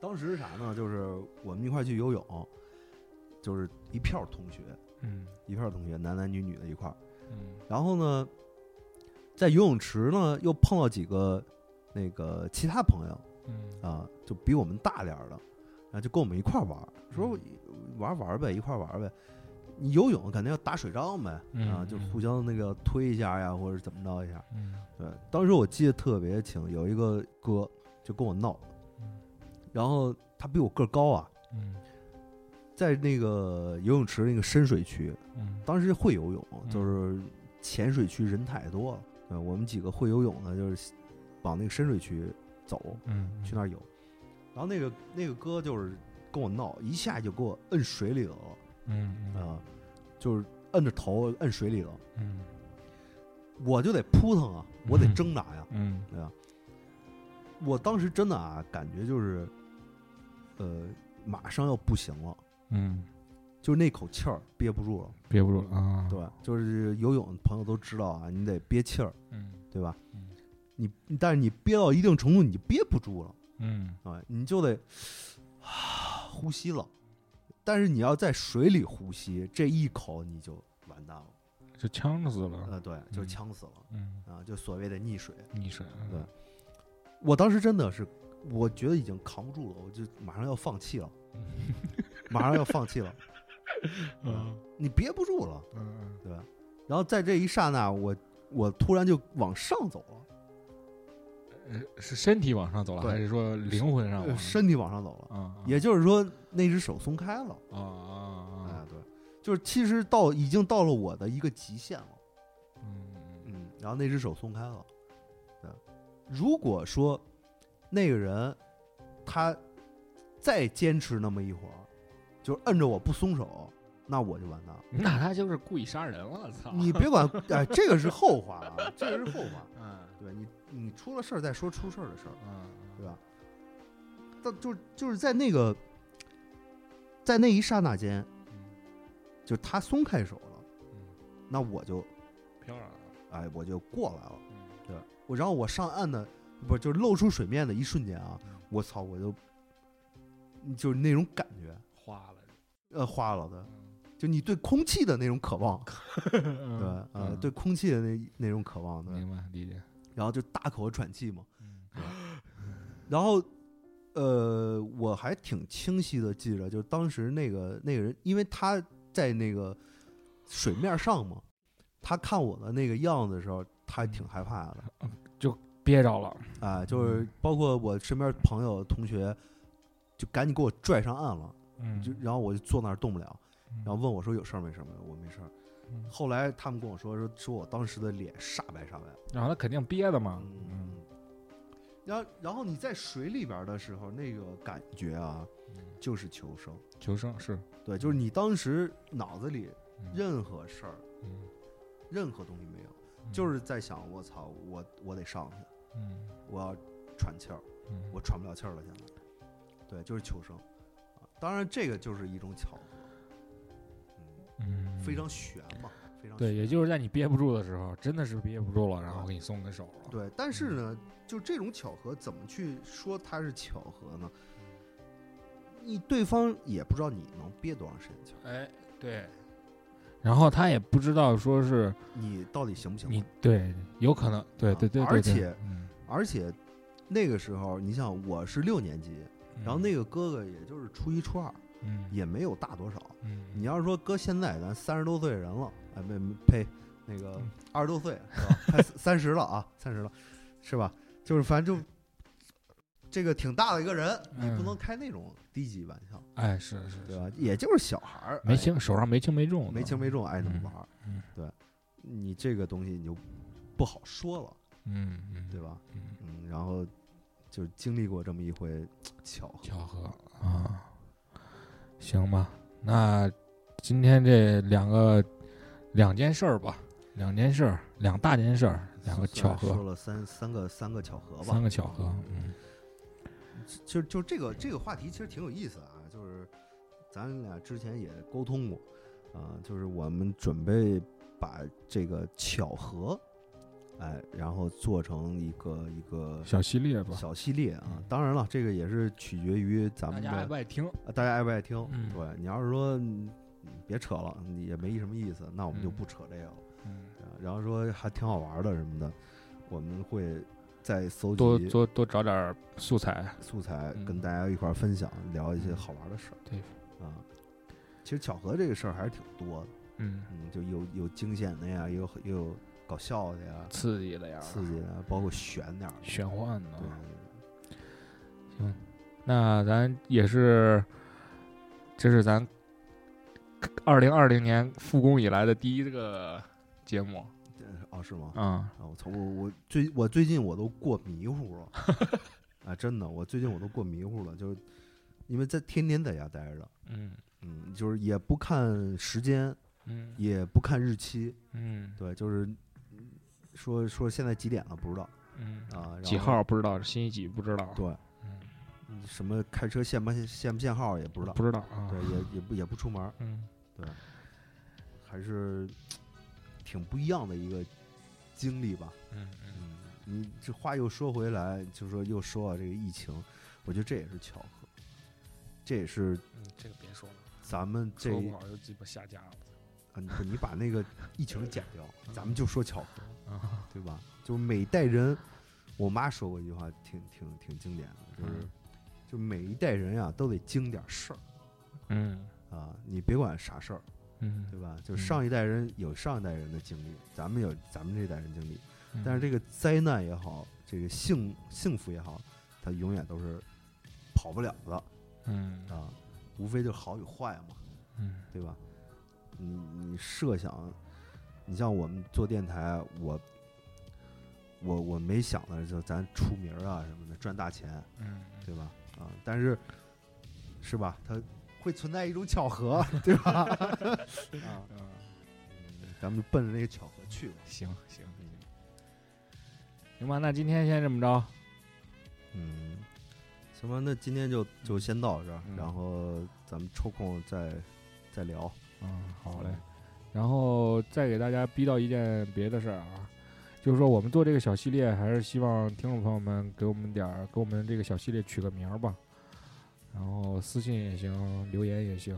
Speaker 2: 当时是啥呢？就是我们一块儿去游泳，就是一票儿同学，
Speaker 1: 嗯
Speaker 2: 一票儿同学，男男女女的一块儿。
Speaker 1: 嗯
Speaker 2: 然后呢，在游泳池呢又碰到几个那个其他朋友
Speaker 1: 嗯
Speaker 2: 啊，就比我们大点儿的，啊，就跟我们一块儿玩儿，说
Speaker 1: 嗯
Speaker 2: 玩儿玩儿呗，一块儿玩儿呗。你游泳肯定要打水仗呗，啊，
Speaker 1: 嗯
Speaker 2: 就
Speaker 1: 嗯
Speaker 2: 互相那个推一下呀，或者怎么着一下。
Speaker 1: 嗯
Speaker 2: 对，当时我记得特别清，有一个哥就跟我闹
Speaker 1: 嗯，
Speaker 2: 然后他比我个儿高啊，
Speaker 1: 嗯
Speaker 2: 在那个游泳池那个深水区，
Speaker 1: 嗯
Speaker 2: 当时会游泳，
Speaker 1: 嗯
Speaker 2: 就是浅水区人太多了。对，我们几个会游泳的，就是往那个深水区走，
Speaker 1: 嗯，
Speaker 2: 去那儿游。然后那个那个哥就是跟我闹，一下就给我摁水里了
Speaker 1: 嗯
Speaker 2: 啊、
Speaker 1: 嗯
Speaker 2: 就是摁着头摁水里了，
Speaker 1: 嗯
Speaker 2: 我就得扑腾啊，我得
Speaker 1: 嗯
Speaker 2: 挣扎呀，
Speaker 1: 嗯
Speaker 2: 对吧？我当时真的啊，感觉就是，呃，马上要不行了，
Speaker 1: 嗯，
Speaker 2: 就是那口气儿憋不住了，
Speaker 1: 憋不住了啊，
Speaker 2: 对吧，就是游泳朋友都知道啊，你得憋气儿，
Speaker 1: 嗯
Speaker 2: 对吧？
Speaker 1: 嗯
Speaker 2: 你你但是你憋到一定程度，你就憋不住了
Speaker 1: 嗯
Speaker 2: 啊，你就得 啊呼吸了。但是你要在水里呼吸，这一口你就完蛋了。
Speaker 1: 就呛死了，
Speaker 2: 呃，对，就呛死了、
Speaker 1: 嗯，
Speaker 2: 啊，就所谓的溺水。
Speaker 1: 溺水，
Speaker 2: 对，我当时真的是，我觉得已经扛不住了，我就马上要放 弃了，马上要放弃了，
Speaker 1: 嗯
Speaker 2: 你憋不住了，
Speaker 1: 嗯
Speaker 2: 对吧？然后在这一刹那，我我突然就往上走了。
Speaker 1: 是身体往上走了，
Speaker 2: 对
Speaker 1: 还是说灵魂上
Speaker 2: 呃
Speaker 1: 往上
Speaker 2: 身体往上走了，
Speaker 1: 啊？
Speaker 2: 也就是说那只手松开了。
Speaker 1: 啊啊
Speaker 2: 哎
Speaker 1: 啊，，
Speaker 2: 对，就是其实到已经到了我的一个极限了，
Speaker 1: 嗯
Speaker 2: 嗯，然后那只手松开了。对，如果说那个人他再坚持那么一会儿，就是摁着我不松手，那我就完蛋了。
Speaker 1: 那他就是故意杀人了，操！
Speaker 2: 你别管，哎，这个是后话啊，这个是后话。
Speaker 1: 嗯
Speaker 2: 对你，你出了事儿再说出事儿的事儿。
Speaker 1: 嗯
Speaker 2: 对吧？但就就是在那个，在那一刹那间，
Speaker 1: 嗯，
Speaker 2: 就他松开手了，
Speaker 1: 嗯
Speaker 2: 那我就
Speaker 1: 漂亮了，
Speaker 2: 哎我就过来了，
Speaker 1: 嗯
Speaker 2: 对我然后我上岸的不就是露出水面的一瞬间啊
Speaker 1: 嗯，
Speaker 2: 我操我就就是那种感觉，
Speaker 1: 花了，
Speaker 2: 呃花了的，
Speaker 1: 嗯
Speaker 2: 就你对空气的那种 渴望，对
Speaker 1: 嗯
Speaker 2: 呃
Speaker 1: 嗯
Speaker 2: 对空气的那那种渴望对，
Speaker 1: 明白理解，
Speaker 2: 然后就大口喘气嘛，
Speaker 1: 嗯
Speaker 2: 然后，呃，我还挺清晰的记着，就当时那个那个人，因为他在那个水面上嘛，他看我的那个样子的时候，他还
Speaker 1: 嗯
Speaker 2: 挺害怕的
Speaker 1: 憋着了，
Speaker 2: 啊、
Speaker 1: 嗯
Speaker 2: 就是包括我身边朋友同学，就赶紧给我拽上岸了，
Speaker 1: 嗯
Speaker 2: 就然后我就坐那儿动不了，
Speaker 1: 嗯
Speaker 2: 然后问我说有事儿没事儿没有？我没事儿。
Speaker 1: 嗯
Speaker 2: 后来他们跟我说说说我当时的脸煞白煞白，
Speaker 1: 然后他肯定憋的嘛，
Speaker 2: 嗯，然后然后你在水里边儿的时候，那个感觉啊，
Speaker 1: 嗯
Speaker 2: 就是求生。
Speaker 1: 求生是，
Speaker 2: 对，就是你当时脑子里
Speaker 1: 嗯
Speaker 2: 任何事儿、
Speaker 1: 嗯
Speaker 2: 任何东西没有，
Speaker 1: 嗯
Speaker 2: 就是在想我操，我我得上去，
Speaker 1: 嗯
Speaker 2: 我要喘气儿，
Speaker 1: 嗯
Speaker 2: 我喘不了气儿了，现在。对，就是求生。啊当然，这个就是一种巧合，嗯，
Speaker 1: 嗯
Speaker 2: 非常悬嘛，非常
Speaker 1: 对，
Speaker 2: 悬
Speaker 1: 也就是在你憋不住的时候，真的是憋不住了，然后给你松个手了。
Speaker 2: 对，但是呢，就这种巧合，怎么去说它是巧合呢？你对方也不知道你能憋多长时间气儿，
Speaker 1: 哎，对。然后他也不知道说是
Speaker 2: 你到底行不行
Speaker 1: 你
Speaker 2: 吧？
Speaker 1: 对，有可能对对对对，
Speaker 2: 而
Speaker 1: 对
Speaker 2: 且
Speaker 1: 嗯
Speaker 2: 而且那个时候，你想我是六年级，然后那个哥哥也就是初一初二，
Speaker 1: 嗯
Speaker 2: 也没有大多少。
Speaker 1: 嗯
Speaker 2: 你要是说搁现在咱三十多岁人了，哎，没没呸，那个
Speaker 1: 嗯
Speaker 2: 二十多 岁是吧？快三十了啊，三十了，是吧？就是反正就这个挺大的一个人，你不
Speaker 1: 嗯
Speaker 2: 能开那种低级玩笑，
Speaker 1: 哎，是是
Speaker 2: 对吧？也就是小孩儿，
Speaker 1: 没
Speaker 2: 哎
Speaker 1: 轻手上没轻没重的，
Speaker 2: 没轻没重，爱怎么
Speaker 1: 嗯
Speaker 2: 玩儿
Speaker 1: 嗯。
Speaker 2: 对，你这个东西你就不好说了，
Speaker 1: 嗯嗯，
Speaker 2: 对吧？
Speaker 1: 嗯，
Speaker 2: 嗯，然后就是经历过这么一回巧合，
Speaker 1: 巧合啊，行吧，那今天这两个两件事儿吧，两件事儿，两大件事儿，两个巧
Speaker 2: 算说
Speaker 1: 合，
Speaker 2: 了三三个三个巧合吧
Speaker 1: 三，个巧合，嗯
Speaker 2: 就就这个这个话题其实挺有意思的啊，就是咱俩之前也沟通过，啊、就是我们准备把这个巧合，哎，然后做成一个一个
Speaker 1: 小系列吧，
Speaker 2: 嗯小系列啊
Speaker 1: 嗯。
Speaker 2: 当然了，这个也是取决于咱
Speaker 1: 大
Speaker 2: 们
Speaker 1: 家爱
Speaker 2: 的
Speaker 1: 不爱听？
Speaker 2: 呃大家爱不爱听。
Speaker 1: 嗯
Speaker 2: 对你要是说嗯别扯了，你也没什么意思，那我们就
Speaker 1: 嗯
Speaker 2: 不扯这个了。
Speaker 1: 嗯，
Speaker 2: 啊然后说还挺好玩的什么的，我们会再搜
Speaker 1: 多
Speaker 2: 集
Speaker 1: 多多找点儿素材，
Speaker 2: 素材
Speaker 1: 嗯
Speaker 2: 跟大家一块儿分享，聊一些
Speaker 1: 嗯
Speaker 2: 好玩的事儿。
Speaker 1: 对
Speaker 2: 啊，其实巧合这个事儿还是挺多的，
Speaker 1: 嗯，
Speaker 2: 嗯，就有有惊险的呀，也有也有搞笑的呀，
Speaker 1: 刺激的呀，啊
Speaker 2: 刺激的呀，包括悬点儿的。
Speaker 1: 玄幻的
Speaker 2: 对，对，
Speaker 1: 那咱也是，这是咱二零二零年复工以来的第一个节目
Speaker 2: 对这哦，是吗？
Speaker 1: 啊、
Speaker 2: 啊，我操，我我最我最近我都过迷 糊了，啊，真的，我最近我都过迷糊了，就是因为在天天在家待着，
Speaker 1: 嗯，
Speaker 2: 嗯，就是也不看时间，
Speaker 1: 嗯嗯
Speaker 2: 也不看日期，
Speaker 1: 嗯
Speaker 2: 对，就是嗯说说现在几点了不知道
Speaker 1: 嗯，
Speaker 2: 啊，然
Speaker 1: 几
Speaker 2: 后
Speaker 1: 号不知道，星期几不知道，
Speaker 2: 对，
Speaker 1: 嗯
Speaker 2: 嗯什么开车限不限限不限号也不知道，
Speaker 1: 不知道啊，
Speaker 2: 对，也也不也不出门儿，
Speaker 1: 嗯，
Speaker 2: 还是挺不一样的一个经历吧，
Speaker 1: 嗯嗯
Speaker 2: 嗯，你这话又说回来，就说又说到这个疫情，我觉得这也是巧合，这也是
Speaker 1: 嗯，这个别说了，
Speaker 2: 咱们这
Speaker 1: 说不好就鸡巴下架了
Speaker 2: 啊你不你把那个疫情剪掉，
Speaker 1: 嗯
Speaker 2: 咱们就说巧合，
Speaker 1: 啊，
Speaker 2: 对吧？就是每代人，我妈说过一句话，挺挺挺经典的，就是、
Speaker 1: 嗯
Speaker 2: 就每一代人呀、都得经点事儿
Speaker 1: 嗯
Speaker 2: 啊，你别管啥事儿，
Speaker 1: 嗯
Speaker 2: 对吧？就
Speaker 1: 嗯
Speaker 2: 上一代人有上一代人的经历，咱们有咱们这代人经历，
Speaker 1: 嗯，
Speaker 2: 但是这个灾难也好，这个幸幸福也好，它永远都是跑不了的
Speaker 1: 嗯
Speaker 2: 啊，无非就是好与坏嘛，
Speaker 1: 嗯
Speaker 2: 对吧？你你设想，你像我们做电台，我我我没想的就咱出名儿啊什么的，赚大钱，
Speaker 1: 嗯
Speaker 2: 对吧？啊，但是是吧？它会存在一种巧合，对吧？啊，
Speaker 1: 嗯，
Speaker 2: 咱们奔着那个巧合去吧。
Speaker 1: 行行行，行吧，那今天先这么着，
Speaker 2: 嗯，行吧，那今天就就先到这儿，
Speaker 1: 嗯
Speaker 2: 然后咱们抽空再再聊。
Speaker 1: 嗯，好嘞。然后再给大家逼到一件别的事儿啊，就是说我们做这个小系列，还是希望听众朋友们给我们点儿，给我们这个小系列取个名儿吧。然后私信也行，留言也行，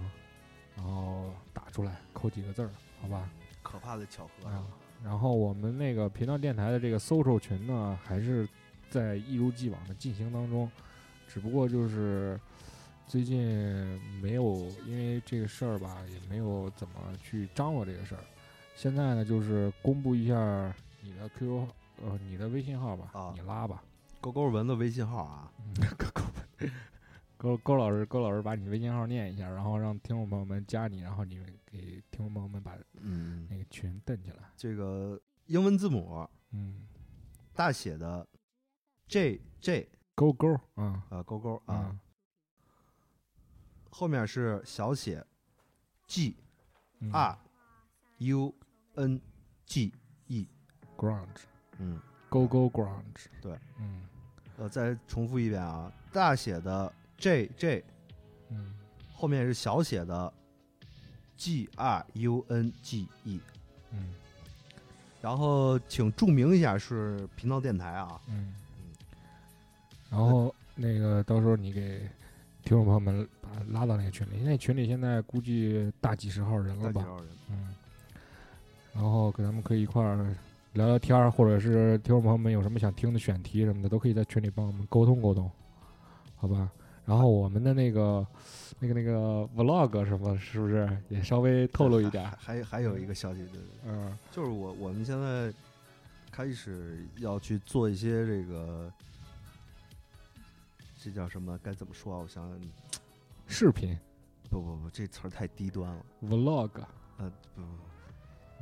Speaker 1: 然后打出来扣几个字儿，好吧？
Speaker 2: 可怕的巧合
Speaker 1: 啊，然后我们那个频道电台的这个搜 l 群呢，还是在一如既往的进行当中，只不过就是最近没有因为这个事儿吧，也没有怎么去张罗这个事儿。现在呢，就是公布一下你的 QQ 呃，你的微信号吧，
Speaker 2: 啊
Speaker 1: 你拉吧。
Speaker 2: 勾勾文的微信号啊，
Speaker 1: 勾勾勾勾老师，勾老师把你微信号念一下，然后让听众朋友们加你，然后你给听众朋友们把
Speaker 2: 嗯，
Speaker 1: 那个群蹬起来。
Speaker 2: 这个英文字母
Speaker 1: 嗯，
Speaker 2: 大写的 J J
Speaker 1: 勾勾啊
Speaker 2: 啊、勾勾
Speaker 1: 啊。
Speaker 2: 啊，后面是小写 G
Speaker 1: 嗯
Speaker 2: R U N G，
Speaker 1: grunge
Speaker 2: 嗯，
Speaker 1: go go grunge
Speaker 2: 对，
Speaker 1: 嗯
Speaker 2: 呃，再重复一遍啊，大写的 J J
Speaker 1: 嗯
Speaker 2: 后面是小写的 G R U N G E，
Speaker 1: 嗯
Speaker 2: 然后请注明一下是频道电台啊，
Speaker 1: 嗯
Speaker 2: 嗯，
Speaker 1: 然后那个到时候你给听众朋友们把他拉到那个群里，那群里现在估计大几十号人
Speaker 2: 大
Speaker 1: 了
Speaker 2: 几
Speaker 1: 吧，
Speaker 2: 号人？
Speaker 1: 嗯，然后跟咱们可以一块儿聊聊天儿，或者是听众朋友们有什么想听的选题什么的，都可以在群里帮我们沟通沟通，好吧？然后我们的那个、那个、那个 vlog 什么，是不是也稍微透露一点 儿？
Speaker 2: 还还还有一个消息，对对对，
Speaker 1: 嗯
Speaker 2: 就是我我们现在开始要去做一些这个这叫什么？该怎么说啊？我想想，
Speaker 1: 视频
Speaker 2: 不不不，这词儿太低端了。
Speaker 1: vlog，
Speaker 2: 呃，不不，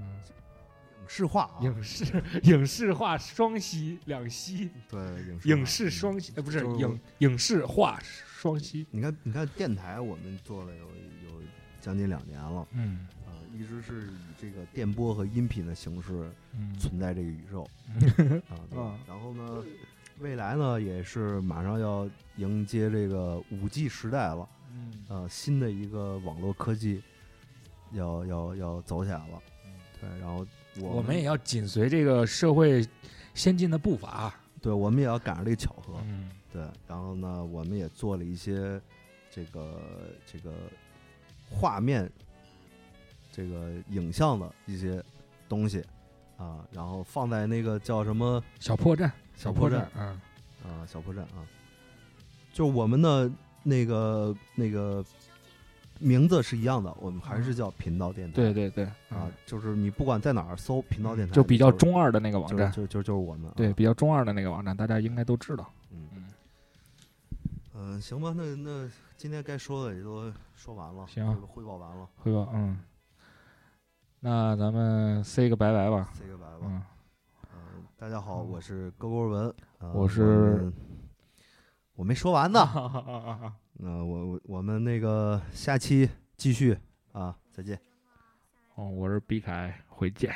Speaker 1: 嗯，
Speaker 2: 不影视化啊，
Speaker 1: 影视影视化双息两息，
Speaker 2: 对影视
Speaker 1: 影
Speaker 2: 化嗯
Speaker 1: 视双息，呃，不是
Speaker 2: 就是
Speaker 1: 影影视化双息，
Speaker 2: 你看，你看电台，我们做了有有将近两年了
Speaker 4: 嗯
Speaker 2: 啊、一直是以这个电波和音频的形式
Speaker 4: 嗯
Speaker 2: 存在这个宇宙 啊、对吧
Speaker 1: 啊
Speaker 2: 然后呢，未来呢也是马上要迎接这个五 G 时代了，
Speaker 1: 嗯
Speaker 2: 呃，新的一个网络科技要要要走起来了，对，然后我
Speaker 1: 嗯我们也要紧随这个社会先进的步伐。啊
Speaker 2: 对，我们也要赶上这个巧合，
Speaker 4: 嗯
Speaker 2: 对，然后呢，我们也做了一些这个这个画面、这个影像的一些东西啊，然后放在那个叫什么
Speaker 1: 小破站，
Speaker 2: 小
Speaker 1: 破
Speaker 2: 破站
Speaker 1: 啊，
Speaker 2: 啊小破站啊，就我们的那个那个名字是一样的，我们还是叫频道电台。
Speaker 1: 嗯对对对，
Speaker 2: 啊，，就是你不管在哪儿搜频道电台，
Speaker 1: 就比较
Speaker 2: 是
Speaker 1: 中二的那个网
Speaker 2: 就
Speaker 1: 站，
Speaker 2: 就就就是我们啊
Speaker 1: 对，比较中二的那个网站，大家应该都知道。
Speaker 2: 嗯，嗯，行吧，那那今天该说的也都说完了，
Speaker 1: 行
Speaker 2: 这个汇报完了，
Speaker 1: 汇报，嗯，那咱们 say 个拜拜吧，
Speaker 2: say 个拜吧。
Speaker 1: 嗯，
Speaker 2: 嗯，大家好，我是勾勾文，呃
Speaker 1: 我是
Speaker 2: 们我没 说完呢。
Speaker 1: 那
Speaker 2: 那我我我们那个下期继续啊，再见。
Speaker 1: 哦，我是毕凯，回见。